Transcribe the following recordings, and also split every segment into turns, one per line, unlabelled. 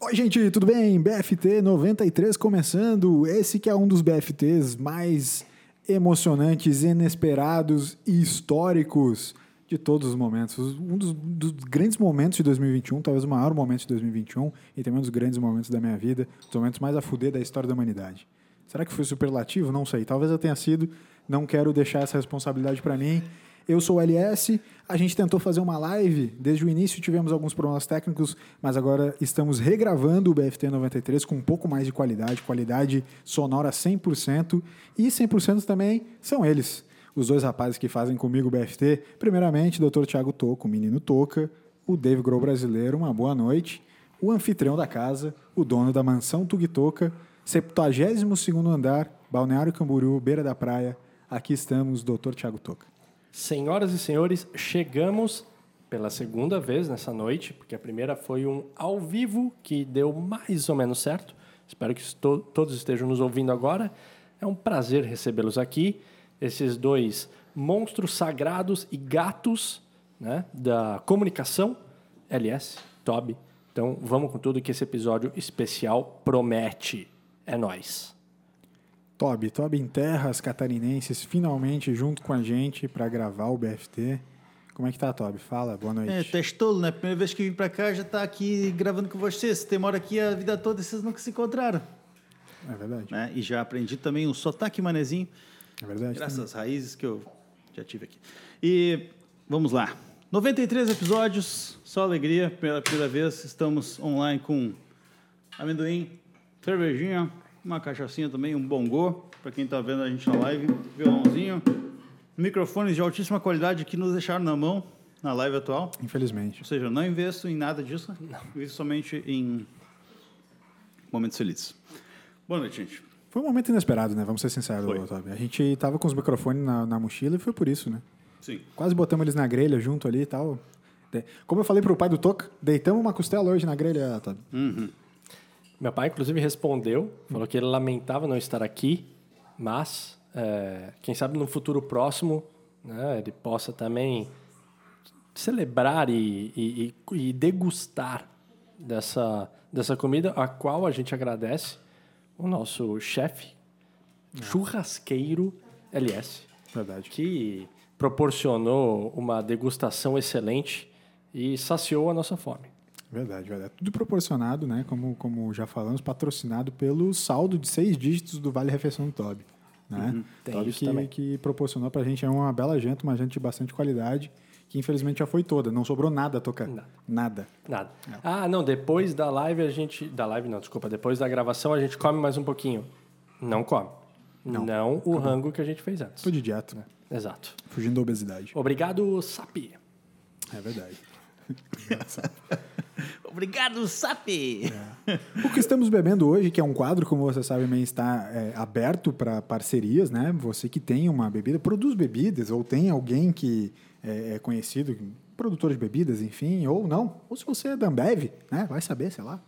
Oi, gente, tudo bem? BFT 93 começando. Esse que é um dos BFTs mais emocionantes, inesperados e históricos de todos os momentos. Um dos, dos grandes momentos de 2021, talvez o maior momento de 2021 e também um dos grandes momentos da minha vida, dos momentos mais a fuder da história da humanidade. Será que foi superlativo? Não sei. Talvez eu tenha sido. Não quero deixar essa responsabilidade para mim. Eu sou o LS. A gente tentou fazer uma live. Desde o início tivemos alguns problemas técnicos, mas agora estamos regravando o BFT 93 com um pouco mais de qualidade, qualidade sonora 100%. E 100% também são eles, os dois rapazes que fazem comigo o BFT. Primeiramente, Dr. Tiago Toco, o menino Toca, o Dave Grohl brasileiro. Uma boa noite. O anfitrião da casa, o dono da mansão Tugitoca, 72 andar, Balneário Camboriú, beira da praia. Aqui estamos, Dr. Tiago Toca.
Senhoras e senhores, chegamos pela segunda vez nessa noite, porque a primeira foi um ao vivo que deu mais ou menos certo. Espero que esto- todos estejam nos ouvindo agora. É um prazer recebê-los aqui, esses dois monstros sagrados e gatos né, da comunicação, LS, Toby. Então vamos com tudo que esse episódio especial promete. É nóis.
Toby, Toby em terras catarinenses, finalmente junto com a gente para gravar o BFT. Como é que tá, Toby? Fala, boa
É,
noite.
testolo, né? Primeira vez que vim pra cá, já tá aqui gravando com vocês. Você mora aqui a vida toda e vocês nunca se encontraram.
É, verdade,
Né? E já aprendi também um sotaque manezinho,
é verdade.
graças às raízes que eu já tive aqui. E vamos lá. 93 episódios, só alegria. Pela primeira vez estamos online com amendoim, cervejinha, uma cachaçinha também, um bongô, pra quem tá vendo a gente na live, violãozinho, microfones de altíssima qualidade que nos deixaram na mão na live atual.
Infelizmente.
Ou seja, eu não investo em nada disso, invisto somente em momentos felizes. Boa noite, gente.
Foi um momento inesperado, né? Vamos ser sinceros,
Foi.
Toby. A gente tava com os microfones na, na mochila e foi por isso, né?
Sim.
Quase botamos eles na grelha junto ali e tal. De- Como eu falei pro pai do Toca, deitamos uma costela hoje na grelha, Toby.
Meu pai, inclusive, respondeu, falou que ele lamentava não estar aqui, mas é, quem sabe no futuro próximo né, ele possa também celebrar e, e- e- e degustar dessa, dessa comida, a qual a gente agradece o nosso chefe, churrasqueiro LS
Verdade.
que proporcionou uma degustação excelente e saciou a nossa fome.
Verdade, verdade. É Tudo proporcionado, né? Como, como já falamos, patrocinado pelo saldo de seis dígitos do Vale Refeição do Toby. Né?
Uhum. tem
Toby
isso
que,
também.
que proporcionou pra gente é uma bela janta, uma janta de bastante qualidade, que infelizmente já foi toda. Não sobrou nada, Toca.
Nada.
Nada.
Nada. Ah, não, depois da live a gente. Da live não, desculpa. Depois da gravação a gente come mais um pouquinho. Não come. Não,
Tá
o rango que a gente fez antes.
Tô de dieta, né?
Exato.
Fugindo da obesidade.
Obrigado, Sapi.
É verdade.
Obrigado, SAP!
O que estamos bebendo hoje, que é um quadro, como você sabe, bem, está é, aberto para parcerias, né? Você que tem uma bebida, produz bebidas, ou tem alguém que é, é conhecido, produtor de bebidas, enfim, ou não. Ou se você é da Ambev, né? Vai saber, sei lá.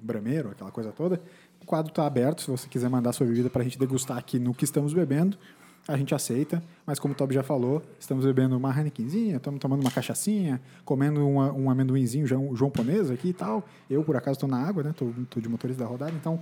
Brameiro, aquela coisa toda. O quadro está aberto, se você quiser mandar sua bebida para a gente degustar aqui no que estamos bebendo, a gente aceita. Mas como o Toby já falou, estamos bebendo uma Heinekenzinha, estamos tomando uma cachaçinha, comendo uma- um amendoinzinho joão, joamponesa aqui e tal. Eu, por acaso, estou na água, né? Estou de motorista da rodada, então...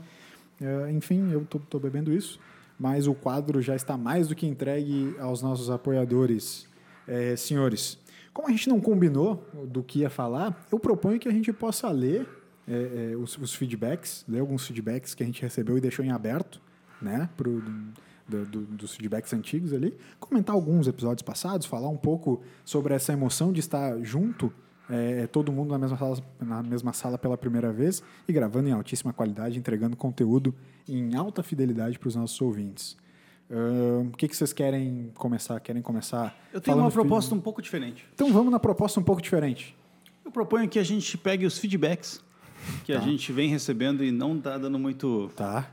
eh, enfim, eu estou bebendo isso. Mas o quadro já está mais do que entregue aos nossos apoiadores. É, senhores, como a gente não combinou do que ia falar, eu proponho que a gente possa ler é, é, os, os feedbacks, ler alguns feedbacks que a gente recebeu e deixou em aberto, né? Pro, do- do- dos feedbacks antigos ali, comentar alguns episódios passados, falar um pouco sobre essa emoção de estar junto, é, todo mundo na mesma, sala, na mesma sala pela primeira vez e gravando em altíssima qualidade, entregando conteúdo em alta fidelidade para os nossos ouvintes. Ahn, o que, que vocês querem começar? Querem começar?
Eu tenho
falando
uma
do feed-
proposta um pouco diferente.
Então vamos na proposta um pouco diferente.
Eu proponho que a gente pegue os feedbacks que a
Tá.
gente vem recebendo e não tá dando muito,
Tá.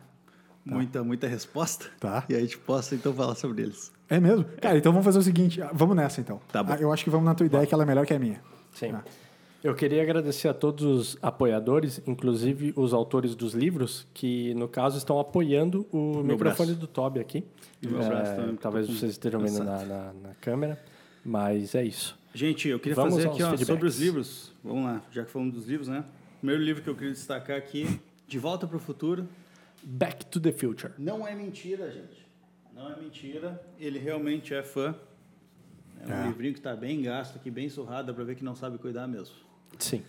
muita, muita resposta.
Tá.
E a gente possa então falar sobre eles.
É mesmo? Cara, então vamos fazer o seguinte. ah, Vamos nessa então.
Tá bom.
Ah, eu acho que vamos na tua ideia, que ela é melhor que a minha.
Sim.
Tá.
Ah.
Eu queria agradecer a todos os apoiadores, inclusive os autores dos livros, que no caso estão apoiando o
Meu
microfone
braço.
do Toby aqui. É,
E meu braço também, porque
talvez
eu tô
vocês estejam vendo na, na- na câmera, mas é isso.
Gente, eu queria
Vamos
fazer
aos
aqui ó,
feedbacks.
sobre os livros. Vamos lá, já que falamos dos livros, né? Primeiro livro que eu queria destacar aqui, De Volta para o Futuro.
Back to the Future.
Não é mentira, gente. Não é mentira. Ele realmente é fã. É um
É.
livrinho que está bem gasto aqui, bem surrado, dá para ver que não sabe cuidar mesmo.
Sim.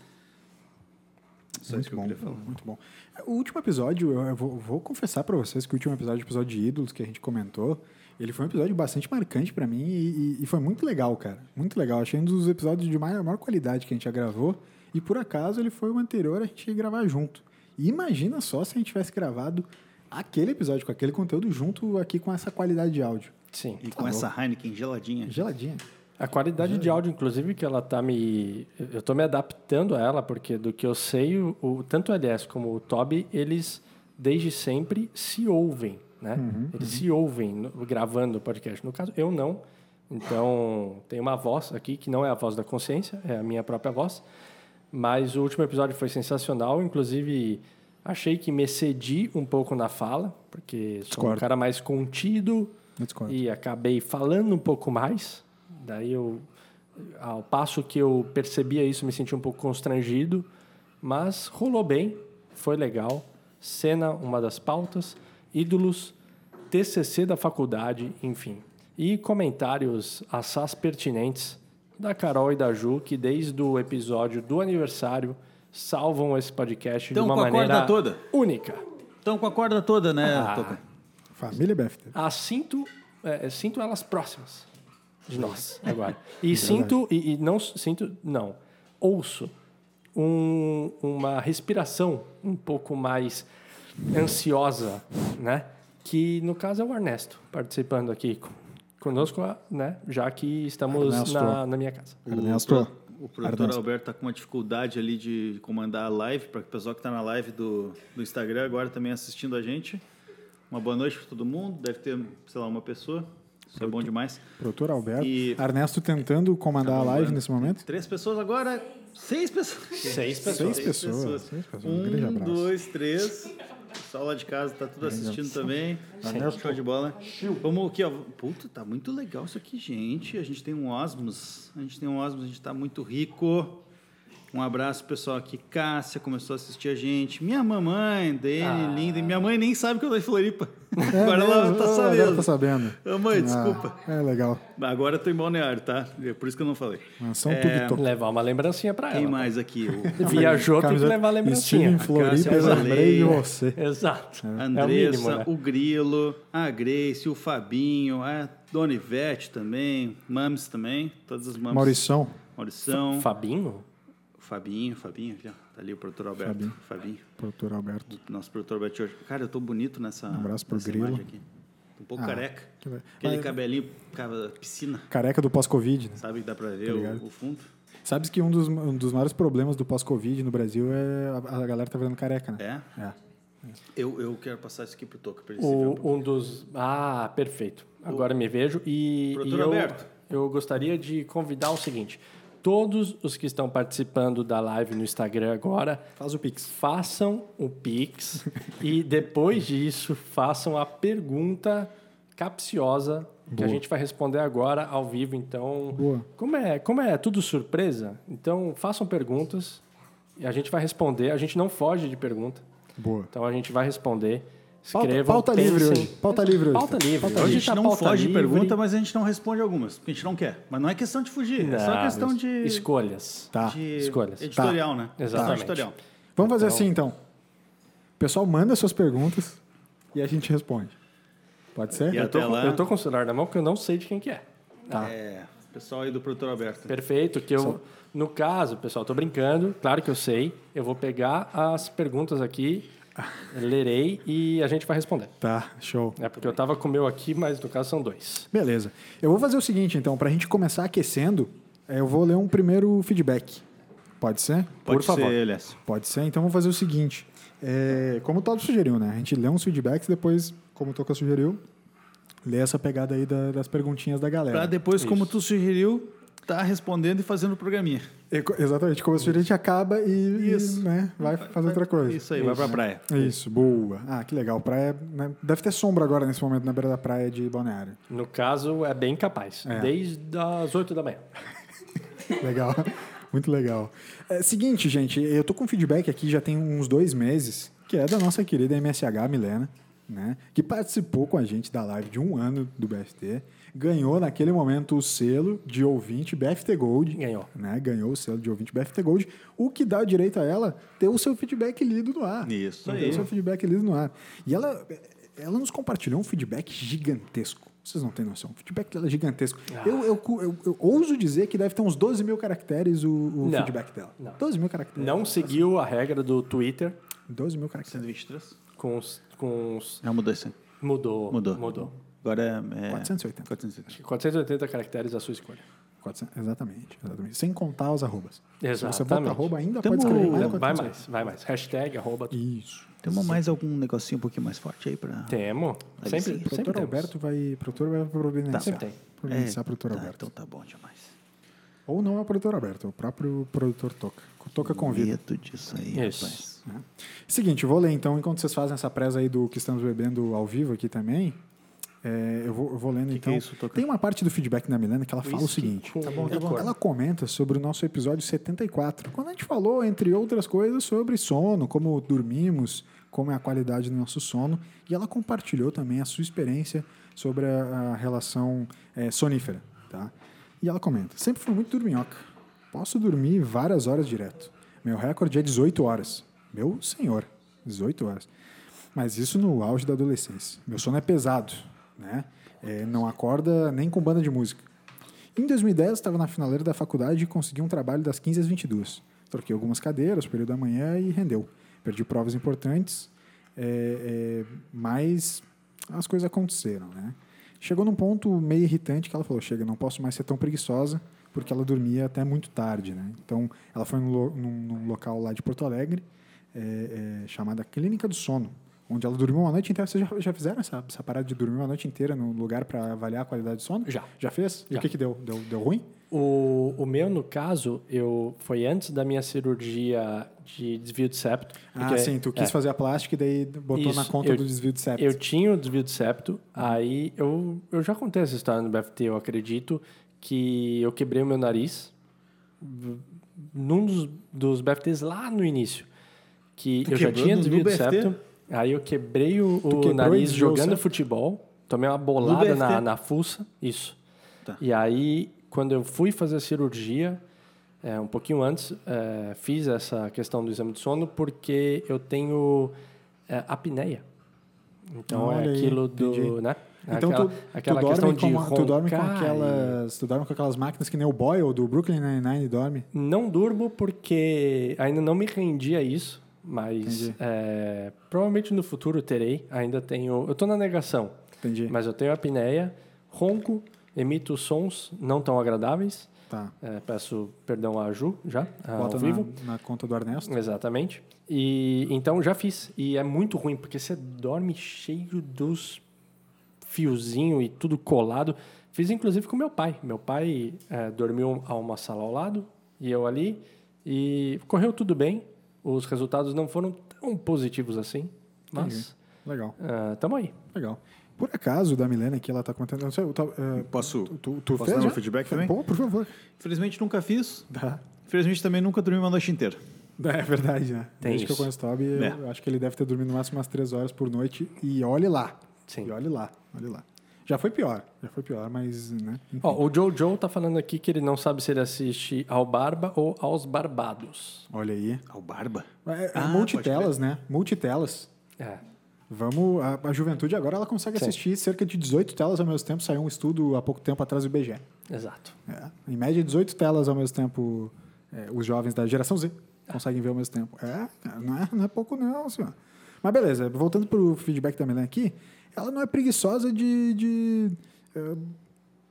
Só isso
muito
que
bom,
eu queria falar.
muito bom. O último episódio, eu eu vou, vou confessar pra vocês que o último episódio, o episódio de ídolos que a gente comentou, ele foi um episódio bastante marcante pra mim e, e- e foi muito legal, cara. Muito legal. Achei um dos episódios de maior, maior qualidade que a gente já gravou e por acaso ele foi o anterior a gente gravar junto. E imagina só se a gente tivesse gravado aquele episódio com aquele conteúdo junto aqui com essa qualidade de áudio.
Sim.
Tá
E com essa Heineken geladinha.
Geladinha.
A qualidade de áudio, inclusive, que ela tá me. Eu tô me adaptando a ela, porque do que eu sei, o, o- tanto o LS como o Toby, eles desde sempre se ouvem, né? eles se ouvem no- gravando o podcast. No caso, eu não. Então, tem uma voz aqui que não é a voz da consciência, é a minha própria voz. Mas o último episódio foi sensacional, inclusive achei que me excedi um pouco na fala, porque sou um
Discordo.
cara mais contido,
No Discord.
e acabei falando um pouco mais. Daí eu, ao passo que eu percebia isso, me senti um pouco constrangido, mas rolou bem, foi legal. Cena, uma das pautas, ídolos, TCC da faculdade, enfim. E comentários assaz pertinentes da Carol e da Ju, que desde o episódio do aniversário salvam esse podcast
Tão
de uma
com a corda
maneira
toda.
única.
Estão com a corda toda, né,
Ah,
Toca?
Família BFT.
Ah, sinto, é, sinto elas próximas de nós agora.
É
E sinto, e, e não s- sinto, não. Ouço um- uma respiração um pouco mais ansiosa, né? Que no caso é o Ernesto participando aqui co- conosco, né? Já que estamos
Ernesto.
na, na minha casa.
Ernesto.
O, pro- o produtor
Ernesto.
Alberto tá com uma dificuldade ali de comandar a live, para o pessoal que está na live do, do Instagram agora também assistindo a gente. Uma boa noite para todo mundo. Deve ter, sei lá, uma pessoa. Isso é bom demais.
Produtor Alberto.
E- Tá né?
Ernesto tentando comandar a live
Agora,
nesse momento.
Três pessoas agora. Seis pessoas.
Seis
pessoas. Seis pessoas, seis pessoas. Um grande
Um,
abraço.
dois, três. O pessoal lá de casa tá tudo assistindo também.
Tá,
Show de bola. Vamos aqui, ó. Puta, tá muito legal isso aqui, gente. A gente tem um Osmos. A gente tem um Osmos, a gente tá muito rico. Um abraço, pessoal aqui. Cássia começou a assistir a gente. Minha mamãe, Dani, linda. E minha mãe nem sabe que eu tô em Floripa.
Ah. É
agora ela
mesmo?
tá
Ah, Agora
sabendo.
tá sabendo.
Ô, mãe,
Ah,
desculpa.
É legal.
Agora eu tô em Balneário, tá? É por isso que eu não falei.
Mansão
É,
Tubito.
Levar uma lembrancinha para
Quem
ela.
mais aqui? O
Viajou, tem que
Camiseta-
levar lembrancinha.
Estive em Floripa,
Cássia
eu lembrei de
Baleia.
você.
Exato. é o mínimo,
Andressa,
né?
o Grilo, a Grace, o Fabinho, a Dona Ivete também, Mames também, todas as Mames.
Maurição.
Maurição,
Fabinho?
Fabinho, Fabinho, aqui, ó, tá ali o produtor Alberto,
Fabinho.
Fabinho,
Produtor Alberto.
nosso produtor Alberto hoje. Cara, eu tô bonito nessa, um
abraço pro
nessa
Grilo.
imagem aqui. Tô um pouco
Ah,
careca,
que vai-
aquele
vai-
cabelinho, cara, piscina,
Careca do pós-Covid. Né?
sabe que dá pra ver
Tá
o,
ligado.
o fundo?
Sabes que um dos, um dos maiores problemas do pós-Covid no Brasil é a, a galera tá virando careca, né?
É,
É.
eu, eu quero passar isso aqui pro Toca, pra ele se ver um pouco.
O, um dos. Ah, perfeito. Agora me vejo. E,
Produtor
e eu,
Alberto.
eu gostaria de convidar o seguinte: todos os que estão participando da live no Instagram agora,
Faz o Pix.
façam o Pix e depois disso façam a pergunta capciosa que a gente vai responder agora ao vivo. Então,
Boa.
como é, como é tudo surpresa, então façam perguntas e a gente vai responder. A gente não foge de pergunta.
Boa.
Então a gente vai responder.
Pauta,
Escrevam,
pauta
pensem.
livre hoje. Pauta livre hoje.
Pauta livre.
Pauta
Hoje
A
livre.
gente
tá
não
pauta
foge de
livre.
pergunta, mas a gente não responde algumas, porque a gente não quer. Mas não é questão de fugir, é só
Não,
questão de...
Escolhas.
Tá.
de
Escolhas. Tá.
Editorial, né?
Exatamente.
Editorial.
Vamos fazer assim, então. O pessoal manda suas perguntas e a gente responde. Pode ser?
E
Eu tô,
Até
com,
lá.
eu tô com o celular na mão porque eu não sei de quem que é. Tá.
É, pessoal aí do produtor Alberto.
Perfeito, que eu, no caso, pessoal, tô brincando, claro que eu sei. Eu vou pegar as perguntas aqui, lerei e a gente vai responder.
Tá, show.
É porque eu tava com o meu aqui, mas no caso são dois.
Beleza. Eu vou fazer o seguinte, então, para a gente começar aquecendo, eh, eu vou ler um primeiro feedback. Pode ser?
Pode
Por favor.
ser, Elias.
Pode ser. Então, vamos fazer o seguinte. eh, como o Todd sugeriu, né? A gente lê uns feedbacks, depois, como o Toca sugeriu, lê essa pegada aí da- das perguntinhas da
É.
Pra
galera.
depois, como tu sugeriu, tá respondendo e fazendo o programinha.
E co- exatamente. Como o sugeriu, a gente acaba e,
Isso.
e, né, vai fazer outra coisa.
Isso aí, vai pra praia.
É Isso, boa. Ah, que legal. Praia, né? Deve ter sombra agora nesse momento na beira da praia de Balneário. É.
No caso, é bem capaz. Desde as oito da manhã.
Legal. Muito legal. É, seguinte, gente, eu tô com feedback aqui já tem uns dois meses, que é da nossa querida MSH Milena, né? Que participou com a gente da live de um ano do BFT. Ganhou naquele momento o selo de ouvinte BFT Gold.
Ganhou.
Né? Ganhou o selo de ouvinte BFT Gold, o que dá direito a ela ter o seu feedback lido no ar.
Isso
Ter
aí.
o seu um feedback lido no ar. E ela, ela nos compartilhou um feedback gigantesco. Vocês não têm noção. O feedback dela é gigantesco.
Ah.
Eu, eu, cu- eu- eu ouso dizer que deve ter uns 12 mil caracteres o, o
Não.
feedback dela.
Não.
12 mil caracteres.
Não seguiu a regra do Twitter
12 mil caracteres.
123?
com os. Com os
É
Não, mudou isso aí.
mudou.
Mudou.
Mudou.
Agora é...
480.
480.
480 caracteres à sua escolha.
400, exatamente, exatamente. Sem contar os arrobas. Se você
Exatamente.
bota arroba ainda,
Tamo-
pode escrever mais
Então, Vai
480.
mais, vai mais. Hashtag, arroba.
Isso.
Temos mais algum negocinho um pouquinho mais forte aí pra...
Temo.
Aí
Sempre,
sim.
O
sempre
doutor
temos. É,
Alberto vai. O produtor vai providenciar.
Sempre tem.
Providenciar pro doutor
tá,
Alberto.
Então tá bom demais.
Ou não é o produtor Alberto, é o próprio produtor Toca. O Toca convida.
Medo disso aí,
Isso.
rapaz.
né? Seguinte, eu vou ler então, enquanto vocês fazem essa presa aí do que estamos bebendo ao vivo aqui também. é, eu, vou, eu vou lendo
Que que
então.
é isso, Toca?
Tem uma parte do feedback da Milena Tipo que ela fala o seguinte.
com licor.
ela, ela comenta sobre o nosso episódio 74, quando a gente falou, entre outras coisas, sobre sono, como dormimos, como é a qualidade do nosso sono. E ela compartilhou também a sua experiência sobre a, a relação é, sonífera. Tá? E ela comenta: Sempre fui muito dorminhoca. Posso dormir várias horas direto. Meu recorde é 18 horas. Meu senhor, 18 horas. Mas isso no auge da adolescência. Meu sono é pesado, né? É, não acorda nem com banda de música. Em 2010, estava na finaleira da faculdade e consegui um trabalho das 15 às 22. Troquei algumas cadeiras, período da manhã e rendeu. Perdi provas importantes, é, é, mas as coisas aconteceram, né? Chegou num ponto meio irritante que ela falou, chega, não posso mais ser tão preguiçosa, porque ela dormia até muito tarde, né? Então, ela foi num, lo- num- num local lá de Porto Alegre, é, é, chamada Clínica do Sono, onde ela dormiu uma noite inteira. Vocês já, já fizeram essa, essa parada de dormir uma noite inteira num lugar para avaliar a qualidade do sono?
Já.
Já fez? E
Já.
o que, que deu? deu? Deu ruim?
O, o meu, no caso, eu foi antes da minha cirurgia de desvio de septo.
Ah,
porque-
sim, tu
é.
quis fazer a plástica e daí botou na
Isso,
conta
eu-
do desvio de septo.
Eu tinha o desvio de septo, aí eu, eu já contei essa história no BFT, eu acredito, que eu quebrei o meu nariz v- num dos, dos BFTs lá no início. Que
Tu
eu já
quebrou
tinha
no-
desvio
no
de
BFT?
septo, aí eu quebrei o, o
quebrou e
nariz
desviou o
jogando
septo?
futebol, tomei uma bolada
BFT?
na, na fuça, isso.
Tá.
E aí, quando eu fui fazer a cirurgia, é, um pouquinho antes, é, fiz essa questão do exame de sono porque eu tenho é, apneia. Então
Olha
é
aí,
aquilo
entendi.
do, né?
Então
aquela,
tu,
aquela
tu,
questão
dorme
de
com, a- tu dorme com
roncar e-
aquelas, tu dorme com aquelas máquinas que nem o Boyle do Brooklyn Nine-Nine dorme.
Não durmo porque ainda não me rendi a isso, mas é, provavelmente no futuro terei. Ainda tenho. Eu tô na negação,
Entendi.
mas eu tenho apneia, ronco, emito sons não tão agradáveis.
tá.
É, peço perdão à Ju, já, tá ao
Bota
vivo.
na, na conta do Ernesto.
Exatamente. E então já fiz. E é muito ruim, porque você dorme cheio dos fiozinho e tudo colado. Fiz inclusive com meu pai. Meu pai eh, dormiu a uma sala ao lado e eu ali. E correu tudo bem. Os resultados não foram tão positivos assim. Mas
Legal,
ah, tamo aí.
legal. Por acaso, da Milena aqui, ela tá contando... Não sei, eu tava, eh,
Posso?
tu, tu
Posso
fez
dar meu
já?
feedback também?
Pô, por favor.
Infelizmente nunca fiz.
Tá.
Infelizmente também nunca dormi uma noite inteira.
É verdade, né?
Tem
Desde que eu
isso.
conheço o Toby, eu
É.
acho que ele deve ter dormido no máximo umas três horas por noite. E olhe lá.
Sim.
E olhe lá, olhe lá. Já foi pior, já foi pior, mas, né? enfim.
Ó, o Jojo tá falando aqui que ele não sabe se ele assiste ao Barba ou aos Barbados.
Olha aí.
Ao barba?
É, é
Ah,
multitelas, né? Multitelas.
É.
Vamos, a, a juventude agora ela consegue
Sim.
assistir cerca de 18 telas ao mesmo tempo. Saiu um estudo há pouco tempo atrás do IBGE.
Exato.
É, em média, 18 telas ao mesmo tempo é, os jovens da geração Z conseguem ver ao mesmo tempo. É, cara, não é, não é pouco não, senhor. Mas beleza, voltando pro feedback da Melena aqui, ela não é preguiçosa de, de, é,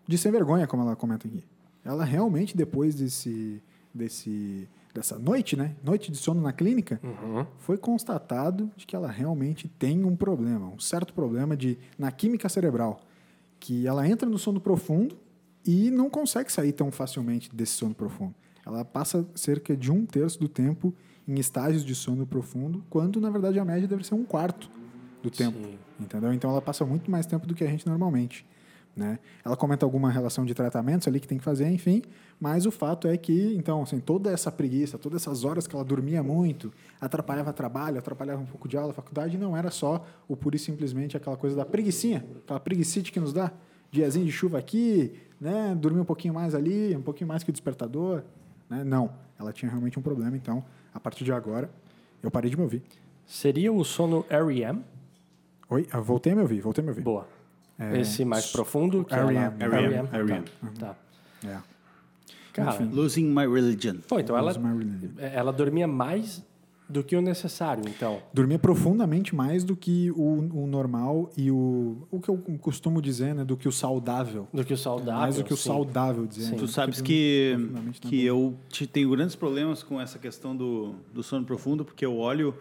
de sem vergonha, como ela comenta aqui. Ela realmente, depois desse, desse, dessa noite, né? Noite de sono na clínica, foi constatado de que ela realmente tem um problema, um certo problema de, na química cerebral, que ela entra no sono profundo e não consegue sair tão facilmente desse sono profundo. Ela passa cerca de um terço do tempo em estágios de sono profundo, quando na verdade a média deve ser um quarto do tempo. Entendeu? Então ela passa muito mais tempo do que a gente normalmente. Né? Ela comenta alguma relação de tratamentos ali que tem que fazer, enfim, mas o fato é que, então, assim, toda essa preguiça, todas essas horas que ela dormia muito, atrapalhava trabalho, atrapalhava um pouco de aula, faculdade, não era só o pura e simplesmente aquela coisa da preguiçinha, aquela preguicite que nos dá, diazinho de chuva aqui, né, dormir um pouquinho mais ali, um pouquinho mais que o despertador, né? Não, ela tinha realmente um problema, então, a partir de agora, eu parei de me ouvir.
Seria o sono REM?
Oi, eu voltei a me ouvir, voltei a me ouvir.
Boa.
É,
Esse mais profundo. Que
R.E.M.,
ela-
R.E.M.,
Tá,
R.E.M..
Tá.
É.
Cara,
Losing my religion.
pô, então ela,
Mas uma relíquia.
ela dormia mais do que o necessário, então.
Dormia profundamente mais do que o, o normal e o. O que eu costumo dizer, né? Do que o saudável.
Do que o saudável. assim.
mais do que o
sim.
saudável, né? dizendo.
Tu sabes que,
Profundamente é na
que
boca.
eu te- tenho grandes problemas com essa questão do, do sono profundo, porque eu olho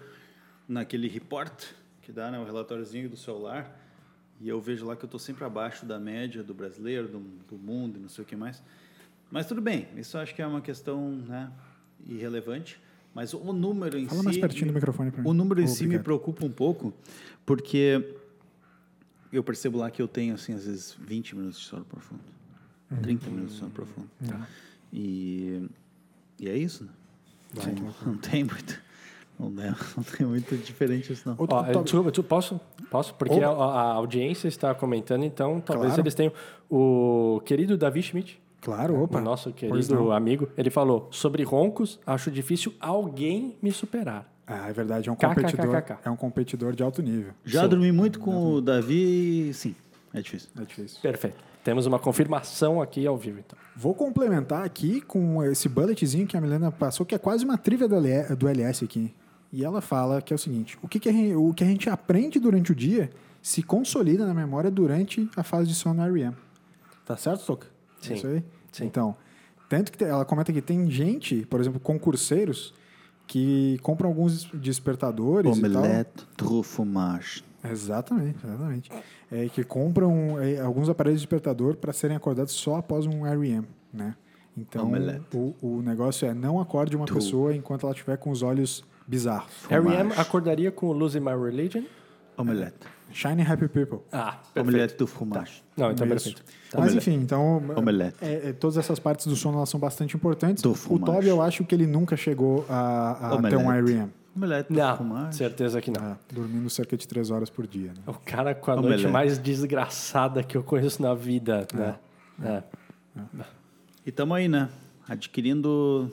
naquele report que dá, né, o relatóriozinho do celular, e eu vejo lá que eu estou sempre abaixo da média do brasileiro, do, do mundo e não sei o que mais. Mas tudo bem, isso acho que é uma questão né, irrelevante. Mas o número em
Fala
si.
mais pertinho do microfone pra mim.
O número em si me
Uhum. Obrigado.
preocupa um pouco, porque eu percebo lá que eu tenho, assim, às vezes 20 minutos de sono profundo. 30 minutos de sono profundo. E, e é isso, né? Não, não tem muito. Não, dá- não tem muito diferente isso, não.
Outro
Ó,
top-
desculpa, tu- posso? Posso? Porque a, a audiência está comentando, então talvez
Claro.
eles tenham. O querido Davi Schmidt,
Claro, opa.
o nosso
Pois não.
querido amigo, ele falou: sobre roncos, acho difícil alguém me superar.
Ah, é verdade, é um
KKKKK.
competidor. É um competidor de alto nível.
Já dormi muito com o Davi e sim, é difícil.
É difícil.
Perfeito. Temos uma confirmação aqui ao vivo, então.
Vou complementar aqui com esse bulletzinho que a Milena passou, que é quase uma trivia do LS do LS aqui. E ela fala que é o seguinte: o que, que, a, gen- o que a gente aprende durante o dia se consolida na memória durante a fase de sono REM. Tá certo, Toca?
Sim.
Isso aí?
Sim.
Então, tanto que te- ela comenta que tem gente, por exemplo, concurseiros, que compram alguns despertadores e tal.
Omelete, trufo, macho.
Exatamente, exatamente. É, que compram é, alguns aparelhos de despertador para serem acordados só após um REM, né? Então,
Omelete.
o, o negócio é não acorde uma pessoa enquanto ela estiver com os olhos bizarros.
R.E.M. acordaria com o Losing My Religion?
Omelete.
Shiny Happy People.
Ah, perfeito.
Omelete do fumacho.
Não, então
Isso.
perfeito. Tá.
Mas
Omelete.
enfim, então
Omelete.
é, é, todas essas partes do sono elas são bastante importantes.
Do
o
fumacho.
Toby eu acho que ele nunca chegou a, a ter um
Omelete.
REM,
Omelete do
Não,
fumacho.
certeza que não.
tá? dormindo cerca de três horas por dia. Né?
O cara com a
Omelete.
noite mais desgraçada que eu conheço na vida, né? É.
E tamo aí, né? Adquirindo.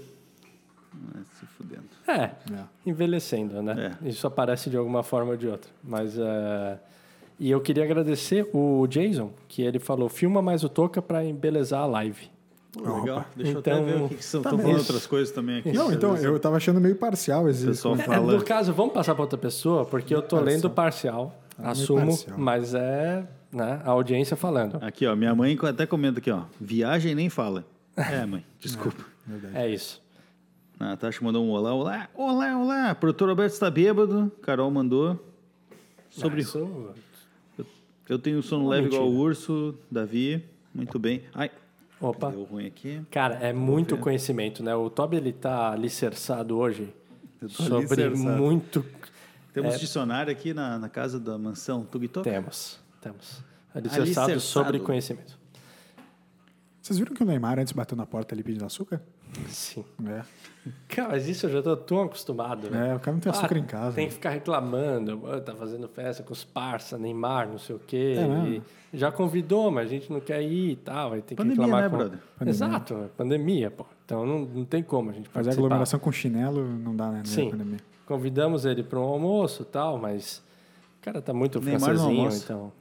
Ah, Se fudendo.
É,
É.
envelhecendo, né? Isso aparece de alguma forma ou de outra. Mas é, e eu queria agradecer o Jason, que ele falou: "Filma mais o Toca para embelezar a live".
Legal. Deixa eu
Então,
até ver o que, que são.
tá
Estão
bem.
falando outras coisas também aqui.
Não, então eu tava achando meio parcial esse
O pessoal
É,
fala.
no caso, vamos passar para outra pessoa, porque eu tô lendo parcial, assumo,
parcial.
mas é, né, a audiência falando.
Aqui, ó. Minha mãe até comenta aqui, ó. Viagem nem fala. É, mãe. Desculpa.
É isso.
A Natasha mandou um olá, olá, olá, olá. Produtor Alberto está bêbado. Carol mandou. Sobre.
isso.
Eu tenho um sono leve igual o
mentira. urso,
urso, Davi. Muito bem. Ai,
Opa.
deu ruim aqui.
Cara, é muito conhecimento, né? O Toby ele tá alicerçado hoje
Eu tô
sobre
alicerçado.
muito
Temos dicionário aqui na, na casa da mansão Tugitó.
temos, temos. alicerçado
Alicerçado.
sobre conhecimento.
Vocês viram que o Neymar antes bateu na porta ali pedindo açúcar?
Sim.
É.
Cara, mas isso eu já tô tão acostumado, né?
É, o cara não tem açúcar
Ah,
em casa.
Tem
né?
que ficar reclamando, "Ah, tá fazendo festa com os parça, Neymar, não sei o quê.
É,
e já convidou, mas a gente não quer ir e tal. Aí tem que
Pandemia,
reclamar
né,
com...
brother?
Exato, é pandemia, pô. Então não, não tem como a gente
Fazer
participar.
aglomeração com chinelo não dá, né? na
Sim.
pandemia.
Convidamos ele para um almoço e tal, mas o cara tá muito
Neymar não
francesinho,
almoça.
então...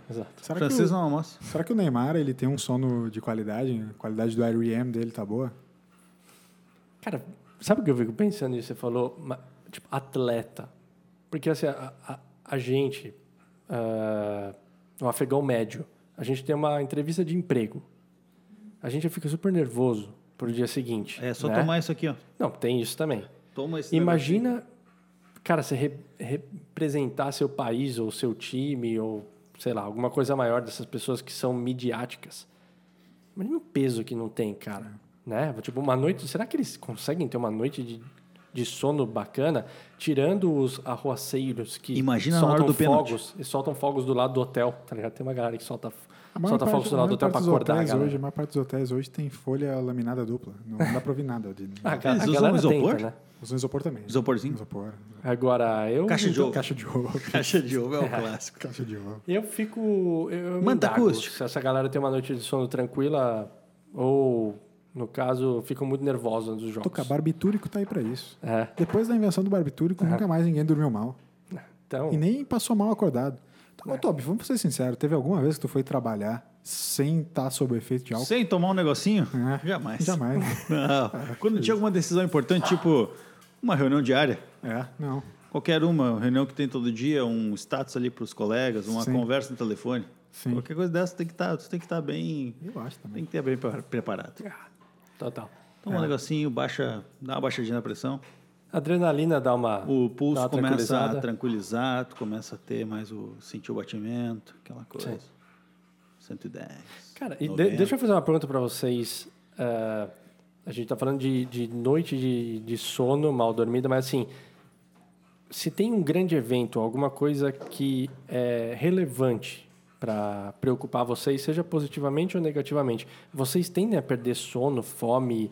Exato.
Será, que
Francês
o,
não almoça.
será que o Neymar ele tem um sono de qualidade? A qualidade do REM dele tá boa?
Cara, sabe o que eu fico pensando nisso? Você falou, ma- tipo, atleta. Porque assim, a, a- a gente, ah, o afegão médio, a gente tem uma entrevista de emprego. A gente fica super nervoso pro dia seguinte.
É só
né?
tomar isso aqui, ó.
Não, tem isso também.
Toma esse
Imagina, cara, você re- representar seu país ou seu time ou, sei lá, alguma coisa maior dessas pessoas que são midiáticas. Imagina o peso que não tem, cara.
É.
Né? Tipo, uma noite. Será que eles conseguem ter uma noite de, de sono bacana, tirando os arruaceiros que
Imagina na
soltam
hora do
fogos?
pênalti.
Eles soltam fogos do lado do hotel, tá ligado? Tem uma galera que solta f-
A maior
Só tá
parte-
funcionando
a maior
até pra
parte dos
acordar,
hotéis
galera.
hoje, A maior parte dos hotéis hoje tem folha laminada dupla. Não dá pra ouvir nada. De,
A, ga-
Eles
a
usam
galera
isopor?
tenta, né?
Usam isopor também.
Isoporzinho?
Isopor.
Agora, eu...
Caixa de ovo.
Caixa de ovo.
Caixa de ovo é o clássico.
Caixa de ovo.
Eu fico... Eu, eu
Manta
indago
acústica.
Se essa galera tem uma noite de sono tranquila ou, no caso, ficam muito nervosa nos jogos.
Toca, barbitúrico tá aí pra isso.
É.
Depois da invenção do barbitúrico, nunca mais ninguém dormiu mal.
Então,
E nem passou mal acordado.
É.
Então, ô, Toby, vamos ser sinceros. Teve alguma vez que tu foi trabalhar sem estar sob o efeito de álcool?
Sem tomar um negocinho?
É.
Jamais.
Jamais.
Não.
É,
Quando tinha alguma decisão importante, tipo uma reunião diária,
é, não.
qualquer uma, uma reunião que tem todo dia, um status ali para os colegas, uma
Sim.
conversa no telefone,
Sim.
qualquer coisa dessa tem que estar, tu tem que estar bem,
Eu acho também.
tem que ter bem pre- preparado.
total.
Toma um negocinho, baixa, dá uma baixadinha na pressão,
A adrenalina dá uma...
o pulso
Dá uma
começa a
tranquilizada.
tranquilizar, tu começa a ter mais o sentir o batimento, aquela coisa. 110.
Cara, e de-
90.
deixa eu fazer uma pergunta pra vocês. Ah, a gente tá falando de, de noite de, de sono, mal dormida, mas assim, se tem um grande evento, alguma coisa que é relevante pra preocupar vocês, seja positivamente ou negativamente, vocês tendem a perder sono, fome,